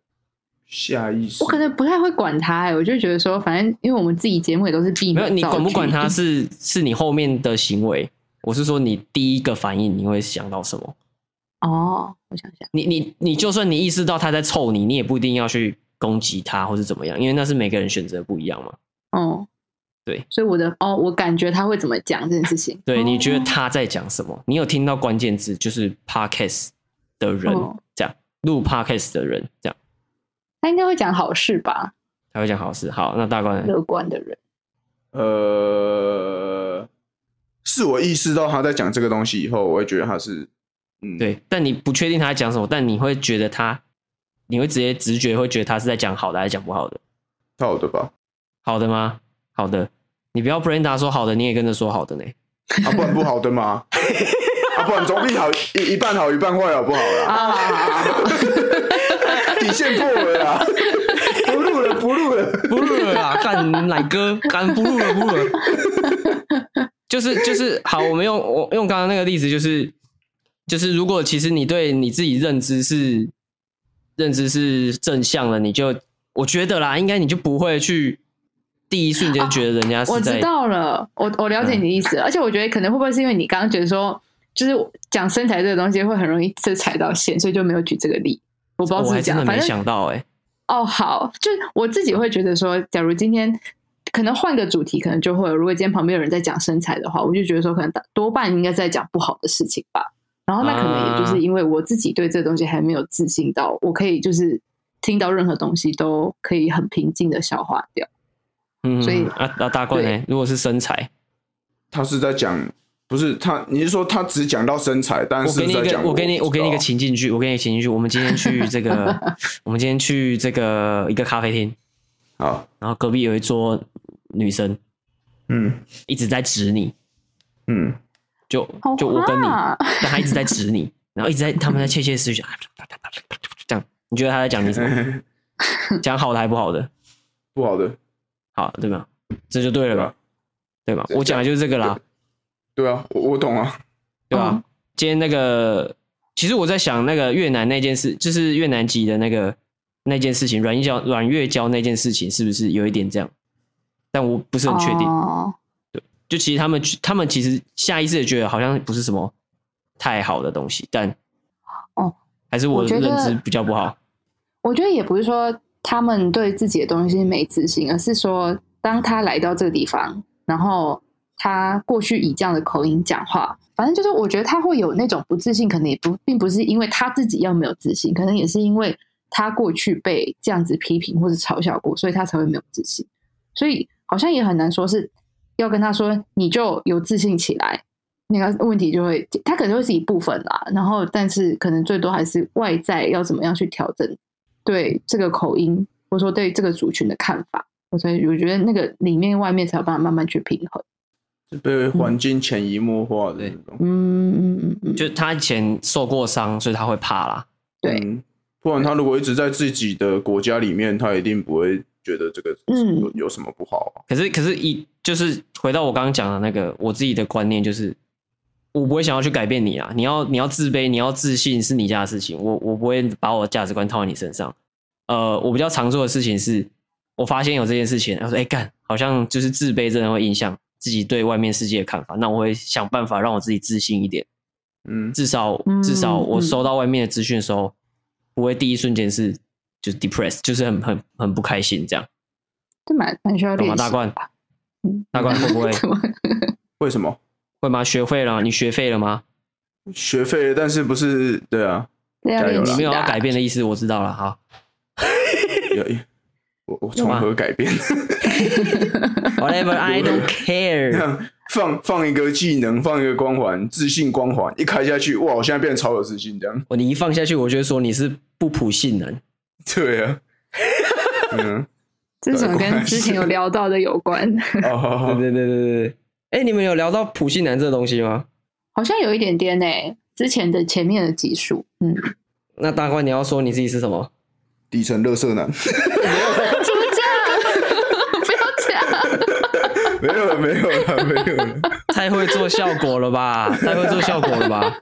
Speaker 2: 下意识
Speaker 3: 我可能不太会管他、欸，我就觉得说，反正因为我们自己节目也都是避
Speaker 1: 没
Speaker 3: 免
Speaker 1: 有，你
Speaker 3: 造
Speaker 1: 管不管
Speaker 3: 句
Speaker 1: 他是是你后面的行为，我是说你第一个反应你会想到什么？
Speaker 3: 哦，我想想，
Speaker 1: 你你你就算你意识到他在臭你，你也不一定要去攻击他或是怎么样，因为那是每个人选择不一样嘛。
Speaker 3: 哦，
Speaker 1: 对，
Speaker 3: 所以我的哦，我感觉他会怎么讲这件事情，
Speaker 1: 对，你觉得
Speaker 3: 哦
Speaker 1: 他在讲什么？你有听到关键字就是 podcast 的人、
Speaker 3: 哦
Speaker 1: 这样录 podcast 的人这样，
Speaker 3: 他应该会讲好事吧？
Speaker 1: 他会讲好事。好，那大官呢
Speaker 3: 乐观的人，
Speaker 2: 呃，是我意识到他在讲这个东西以后，我会觉得他是，嗯，，
Speaker 1: 对，但你不确定他在讲什么，但你会觉得他，你会直接直觉会觉得他是在讲好的还是讲不好的？
Speaker 2: 好的吧？
Speaker 1: 好的吗？好的，你不要 Brenda 说好的，你也跟着说好的呢。
Speaker 2: 啊，不然不好的嘛，啊，不然总比好一一半好一半坏好不好啦？
Speaker 3: 啊，
Speaker 2: 底线破了啦， 不录了不录了，
Speaker 1: 不录了啦，干奶哥，干不录了不录了。 就是就是好，我们用我用刚刚那个例子，就是就是如果其实你对你自己认知是认知是正向的，你就我觉得啦，应该你就不会去第一瞬间觉得人家
Speaker 3: 哦我
Speaker 1: 是在、嗯
Speaker 3: 知道了，我我了解你的意思了，而且我觉得可能会不会是因为你刚刚觉得说，就是讲身材这个东西会很容易就踩到线，所以就没有举这个例。我不知道
Speaker 1: 哦
Speaker 3: 是
Speaker 1: 我
Speaker 3: 不
Speaker 1: 还
Speaker 3: 是这
Speaker 1: 真的
Speaker 3: 样，反
Speaker 1: 没
Speaker 3: 正
Speaker 1: 想到哎、
Speaker 3: 哦，好，就我自己会觉得说，假如今天可能换个主题，可能就会有如果今天旁边有人在讲身材的话，我就觉得说，可能大多半应该在讲不好的事情吧。然后那可能也
Speaker 1: 啊
Speaker 3: 就是因为我自己对这东西还没有自信到，我可以就是听到任何东西都可以很平静的消化掉。
Speaker 1: 嗯，
Speaker 3: 所以
Speaker 1: 啊啊大冠呢、如果是身材，
Speaker 2: 他是在讲，不是他，你是说他只讲到身材，但
Speaker 1: 我
Speaker 2: 是
Speaker 1: 给你一
Speaker 2: 在
Speaker 1: 个，
Speaker 2: 讲
Speaker 1: 我给你，我给你一个
Speaker 2: 知道
Speaker 1: 情境剧，我给你情境剧。我们今天去这个， 我们今天去这个一个咖啡厅，
Speaker 2: 啊好，
Speaker 1: 然后隔壁有一桌女生
Speaker 2: 嗯
Speaker 1: 一直在指你，
Speaker 2: 嗯，
Speaker 1: 就
Speaker 3: 好
Speaker 1: 就我跟你，
Speaker 3: 话
Speaker 1: 但她一直在指你，然后一直在他们在窃窃私语， 这样你觉得她在讲你什么？讲好的还不好的？
Speaker 2: 不好的，
Speaker 1: 好，对吧？这就对了吧？对吧？我讲的就是这个啦，
Speaker 2: 对啊，我我懂啊，
Speaker 1: 对吧？
Speaker 3: 嗯
Speaker 1: 今天那个，其实我在想那个越南那件事，就是越南籍的那个那件事情，阮月娇阮月娇那件事情，是不是有一点这样？但我不是很确定。
Speaker 3: 哦
Speaker 1: 就其实他们他们其实下意识的觉得好像不是什么太好的东西，但
Speaker 3: 哦，
Speaker 1: 还是我
Speaker 3: 我觉
Speaker 1: 的
Speaker 3: 得
Speaker 1: 认知比较不好。
Speaker 3: 我觉得也不是说他们对自己的东西没自信，而是说当他来到这个地方，然后他过去以这样的口音讲话，反正就是我觉得他会有那种不自信，可能也不并不是因为他自己要没有自信，可能也是因为他过去被这样子批评或者嘲笑过，所以他才会没有自信。所以好像也很难说是要跟他说你就有自信起来，那个问题就会，他可能会是一部分啦，然后但是可能最多还是外在要怎么样去调整对这个口音，或者说对这个族群的看法，我所以我觉得那个里面外面才有办法慢慢去平衡。
Speaker 2: 是
Speaker 1: 嗯
Speaker 2: 被环境潜移默化的那种，
Speaker 3: 嗯嗯嗯嗯，
Speaker 1: 就他以前受过伤，所以他会怕啦。
Speaker 3: 对
Speaker 2: 嗯，不然他如果一直在自己的国家里面，他一定不会觉得这个
Speaker 3: 嗯
Speaker 2: 有有什么不好啊、
Speaker 1: 可是可是一就是回到我刚刚讲的那个我自己的观念，就是我不会想要去改变你啊。你要你要自卑，你要自信是你家的事情，我我不会把我的价值观套在你身上。呃，我比较常做的事情是，我发现有这件事情，然后说哎干，好像就是自卑真的会影响自己对外面世界的看法。那我会想办法让我自己自信一点，
Speaker 2: 嗯，
Speaker 1: 至少
Speaker 3: 嗯
Speaker 1: 至少我
Speaker 3: 嗯
Speaker 1: 收到外面的资讯的时候，不会第一瞬间是就是 depressed，就是很很很不开心这样。
Speaker 3: 这蛮蛮需要
Speaker 1: 懂吗？
Speaker 3: 练习
Speaker 1: 大
Speaker 3: 的
Speaker 1: 冠
Speaker 3: 吧。嗯，
Speaker 1: 大冠会不会
Speaker 3: 怎么
Speaker 2: 为什么
Speaker 1: 会吗？学会了？你学废了吗？
Speaker 2: 学费？但是不是对啊？
Speaker 3: 这要
Speaker 2: 加油
Speaker 3: 练
Speaker 2: 啦
Speaker 3: 习
Speaker 1: 你没有
Speaker 3: 的
Speaker 1: 要
Speaker 3: 啊
Speaker 1: 改变的意思，我知道了。好，
Speaker 2: 有我我从何改变？
Speaker 1: whatever I don't care。
Speaker 2: 放放一个技能，放一个光环，自信光环一开下去，哇！我现在变得超有自信，这样
Speaker 1: 我你一放下去，我就会说你是不普信人。
Speaker 2: 对啊， 嗯，
Speaker 3: 这怎么
Speaker 2: 改
Speaker 3: 跟
Speaker 2: 观
Speaker 3: 之前有聊到的 有关？
Speaker 2: 哦，好好
Speaker 1: 对对对对对。哎，你们有聊到普信男这个东西吗？
Speaker 3: 好像有一点点呢、之前的前面的集数，嗯，
Speaker 1: 那大官，你要说你自己是什么？
Speaker 2: 底层乐色男，
Speaker 3: 怎么这样？ 不要这 样，
Speaker 2: 没有了，没有了，没有了，
Speaker 1: 太会做效果了吧？太会做效果了吧？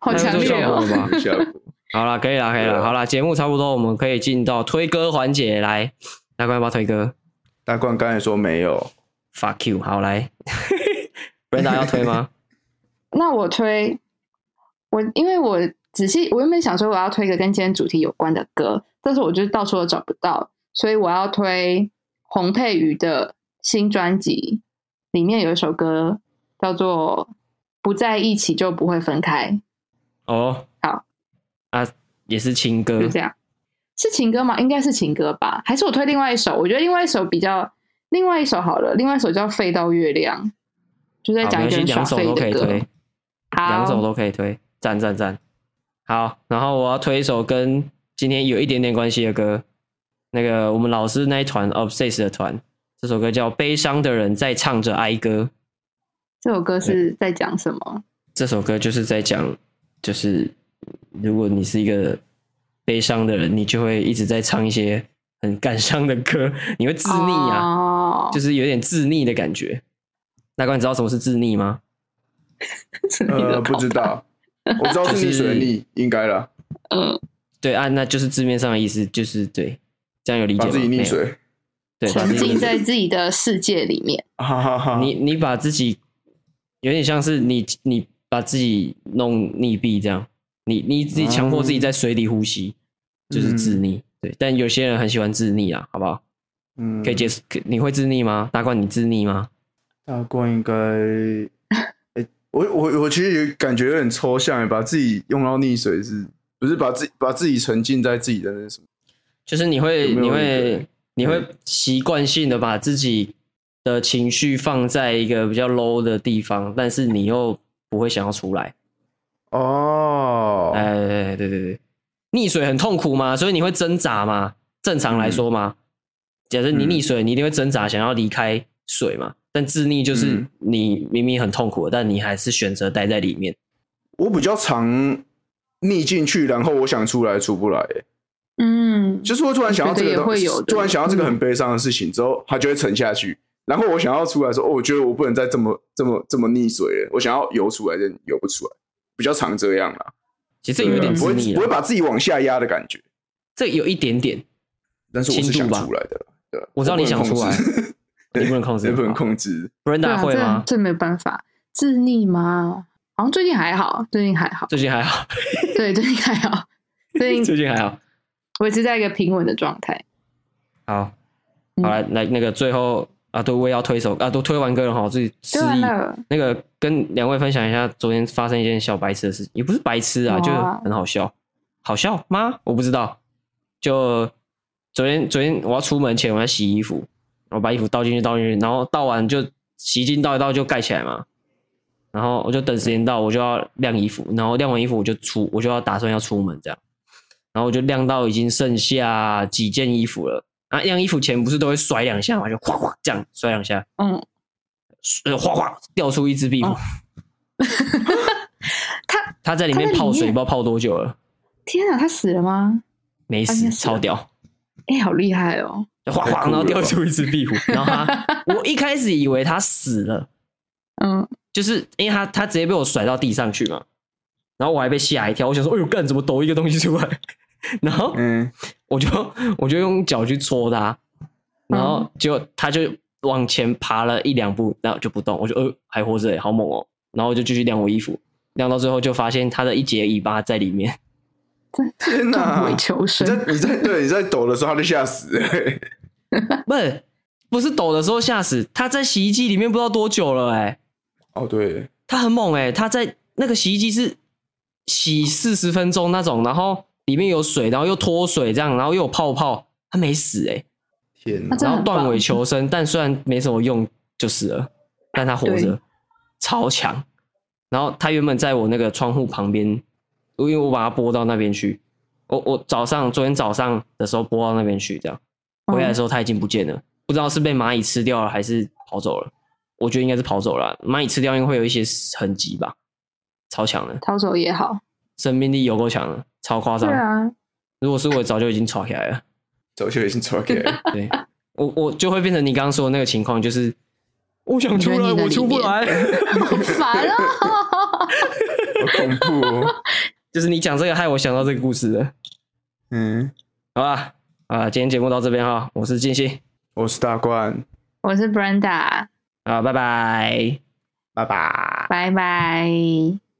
Speaker 3: 好强烈
Speaker 1: 那就
Speaker 3: 哦、
Speaker 1: 效果吧
Speaker 2: 效果
Speaker 1: 好啦，可以啦，可以啦，好啦，节目差不多，我们可以进到推歌环节来。大官要不要推歌
Speaker 2: 大冠刚才说没有，
Speaker 1: ？Fuck you！好来，Brenda 要推吗？
Speaker 3: 那我推我，因为我仔细，我原本想说我要推一个跟今天主题有关的歌，但是我就是到处都找不到，所以我要推洪佩瑜的新专辑，里面有一首歌叫做《不在一起就不会分开》，
Speaker 1: 哦，
Speaker 3: 好
Speaker 1: 啊，也是情歌
Speaker 3: 就，这样。是情歌吗？应该是情歌吧？还是我推另外一首？我觉得另外一首比较，另外一首好了，另外一首叫《飞到月亮》，就在
Speaker 1: 好，
Speaker 3: 讲
Speaker 1: 没
Speaker 3: 一
Speaker 1: 关
Speaker 3: 个
Speaker 1: 系，
Speaker 3: 人耍
Speaker 1: 两首
Speaker 3: 飞
Speaker 1: 都可
Speaker 3: 的
Speaker 1: 以
Speaker 3: 歌
Speaker 1: 推。。两首
Speaker 3: 好，
Speaker 1: 都可以推，赞赞赞。好，然后我要推一首跟今天有一点点关系的歌，那个我们老师那一团 Obsess 的团，这首歌叫《悲伤的人在唱着哀歌》。
Speaker 3: 这首歌是在讲什么？
Speaker 1: 这首歌就是在讲，就是如果你是一个悲伤的人，你就会一直在唱一些很感伤的歌，你会自溺啊，
Speaker 3: 哦
Speaker 1: 就是有点自溺的感觉。大官，你知道什么是自溺吗？
Speaker 3: 是那
Speaker 2: 呃，
Speaker 3: 个
Speaker 2: 不知道，我知道是
Speaker 1: 就
Speaker 2: 溺
Speaker 1: 是
Speaker 2: 水溺，应该啦，
Speaker 3: 呃，
Speaker 1: 对啊，那就是字面上的意思，就是对，这样有理解
Speaker 2: 把
Speaker 1: 吗？
Speaker 2: 自己
Speaker 1: 没
Speaker 2: 溺
Speaker 1: 有，
Speaker 2: 水，
Speaker 1: 对，把自
Speaker 3: 沉
Speaker 1: 己溺
Speaker 3: 浸
Speaker 1: 水
Speaker 3: 在自己的世界里面。
Speaker 2: 哈哈哈。
Speaker 1: 你你把自己有点像是你你把自己弄溺毙这样，你你自己强迫
Speaker 2: 啊
Speaker 1: 自己在水里呼吸，就是自溺。对，但有些人很喜欢自溺啊，好不好？
Speaker 2: 嗯
Speaker 1: 可以接受？可你会自溺吗？大冠，你自溺吗？
Speaker 2: 大冠应该，
Speaker 4: 诶
Speaker 2: 我我我其实感觉有点抽象，欸把自己用到溺水是不是把自己把自己沉浸在自己的那什么？
Speaker 1: 就是你会
Speaker 2: 有没
Speaker 1: 你
Speaker 2: 有一
Speaker 1: 会
Speaker 2: 个
Speaker 1: 你会习惯性的把自己的情绪放在一个比较 low 的地方，但是你又不会想要出来。
Speaker 2: 哦，
Speaker 1: 哎，对对对，溺水很痛苦嘛，所以你会挣扎嘛。正常来说
Speaker 2: 嗯
Speaker 1: 嘛，假设你溺水，你一定会挣扎，想要离开水嘛。但自溺就是
Speaker 2: 嗯
Speaker 1: 你明明很痛苦，但你还是选择待在里面。
Speaker 2: 我比较常溺进去，然后我想出来出不来，欸
Speaker 3: 嗯，
Speaker 2: 就是会突然想到这个
Speaker 3: 我觉得也
Speaker 2: 东
Speaker 3: 会
Speaker 2: 西
Speaker 3: 有的，
Speaker 2: 突然想到这个很悲伤的事情之后，它就会沉下去。然后我想要出来说，哦，我觉得我不能再这么这么这么溺水了，我想要游出来，但游不出来，比较常这样啊啦，
Speaker 1: 其实这有一点
Speaker 2: 啊不
Speaker 1: 自
Speaker 2: 会
Speaker 1: 溺
Speaker 2: 不会
Speaker 1: 了，
Speaker 2: 把自己往下压的感觉。
Speaker 1: 这有一点点，
Speaker 2: 但是我是
Speaker 1: 轻
Speaker 2: 想
Speaker 1: 度吧
Speaker 2: 出来的啦，对啊，
Speaker 1: 我知道你想出来
Speaker 2: 我不能控制
Speaker 1: 你不能控制
Speaker 2: 对 也不能控制。
Speaker 3: 对
Speaker 1: Brenda
Speaker 3: 啊，
Speaker 1: 会吗？
Speaker 3: 这这没办法，自溺吗？好像最近还好，最近还好，
Speaker 1: 最近还好，
Speaker 3: 对，最近还 好，最近
Speaker 1: 最近还好。
Speaker 3: 维持在一个平稳的状态。
Speaker 1: 好，
Speaker 3: 嗯
Speaker 1: 好来来那个最后啊，对，我也要推一首啊，都推完歌了哈，我自己失
Speaker 3: 对啊完
Speaker 1: 忆。
Speaker 3: 了，
Speaker 1: 那个跟两位分享一下昨天发生一件小白痴的事情，也不是白痴啊，
Speaker 3: 哇
Speaker 1: 就很好笑，好笑吗？我不知道。就昨天，昨天我要出门前，我要洗衣服，我把衣服倒进去，倒进去，然后倒完就洗衣精倒一倒就盖起来嘛。然后我就等时间到，我就要晾衣服，然后晾完衣服我就出，我就要打算要出门这样。然后我就晾到已经剩下几件衣服了。啊，晾衣服前不是都会甩两下嘛，就哗哗这样甩两下，
Speaker 3: 嗯，
Speaker 1: 呃，哗哗掉出一只壁虎。
Speaker 3: 哦他
Speaker 1: 它在里面泡水，不知道泡多久了，
Speaker 3: 天啊，他死了吗？
Speaker 1: 没
Speaker 3: 它应
Speaker 1: 死，
Speaker 3: 该死了
Speaker 1: 超屌，
Speaker 3: 哎、好厉害哦！
Speaker 1: 就哗
Speaker 2: 太
Speaker 1: 哗，
Speaker 2: 酷
Speaker 1: 然
Speaker 2: 了
Speaker 1: 后
Speaker 2: 吧
Speaker 1: 掉出一只壁虎，然后它，我一开始以为它死了，
Speaker 3: 嗯，
Speaker 1: 就是因为它它直接被我甩到地上去嘛，然后我还被吓一跳，我想说，哎呦干，怎么抖一个东西出来？ 然后
Speaker 2: 嗯，
Speaker 1: 我就我就用脚去戳它，然后
Speaker 3: 嗯
Speaker 1: 结果它就往前爬了一两步，然后就不动，我就呃还活着耶，好猛哦、然后我就继续晾我衣服，晾到最后就发现它的一节尾巴在里面。
Speaker 2: 天
Speaker 3: 断
Speaker 2: 哪！
Speaker 3: 尾
Speaker 2: 你
Speaker 3: 求生，嗯
Speaker 2: 在你在对你在抖的时候，他就吓死了。欸
Speaker 1: 不是不是抖的时候吓死，他在洗衣机里面不知道多久了哎、
Speaker 2: 哦，对，
Speaker 1: 他很猛哎、他在那个洗衣机是洗四十分钟那种，然后里面有水，然后又脱水这样，然后又有泡泡，他没死哎、
Speaker 2: 天
Speaker 3: 那
Speaker 2: 哪！
Speaker 3: 这
Speaker 1: 然后
Speaker 3: 很棒
Speaker 1: 断尾求生，但虽然没什么用，就死了，但他活着
Speaker 3: 对，
Speaker 1: 超强。然后他原本在我那个窗户旁边，因为我把它拨到那边去，我我早上昨天早上的时候拨到那边去，这样回来的时
Speaker 3: 嗯
Speaker 1: 候他已经不见了，不知道是被蚂蚁吃掉了还是跑走了。我觉得应该是跑走了，蚂蚁吃掉应该会有一些痕迹吧，超强的，
Speaker 3: 逃走也好，
Speaker 1: 生命力有够强的，超夸
Speaker 3: 对
Speaker 1: 张。
Speaker 3: 啊，
Speaker 1: 如果是我，早就已经吵起来了。
Speaker 2: 早就已经抽开了。
Speaker 1: 对我我就会变成你刚刚说的那个情况，就是我想出来，
Speaker 3: 你在你的
Speaker 1: 我出不
Speaker 3: 里面
Speaker 1: 来。
Speaker 3: 好烦哦！
Speaker 2: 好恐怖哦！
Speaker 1: 就是你讲这个，害我想到这个故事了。
Speaker 2: 嗯，
Speaker 1: 好吧，啊，今天节目到这边哈，我是金星
Speaker 2: 我是大冠，
Speaker 3: 我是 Brenda，
Speaker 1: 啊，拜拜。
Speaker 2: 拜拜。
Speaker 3: 拜拜。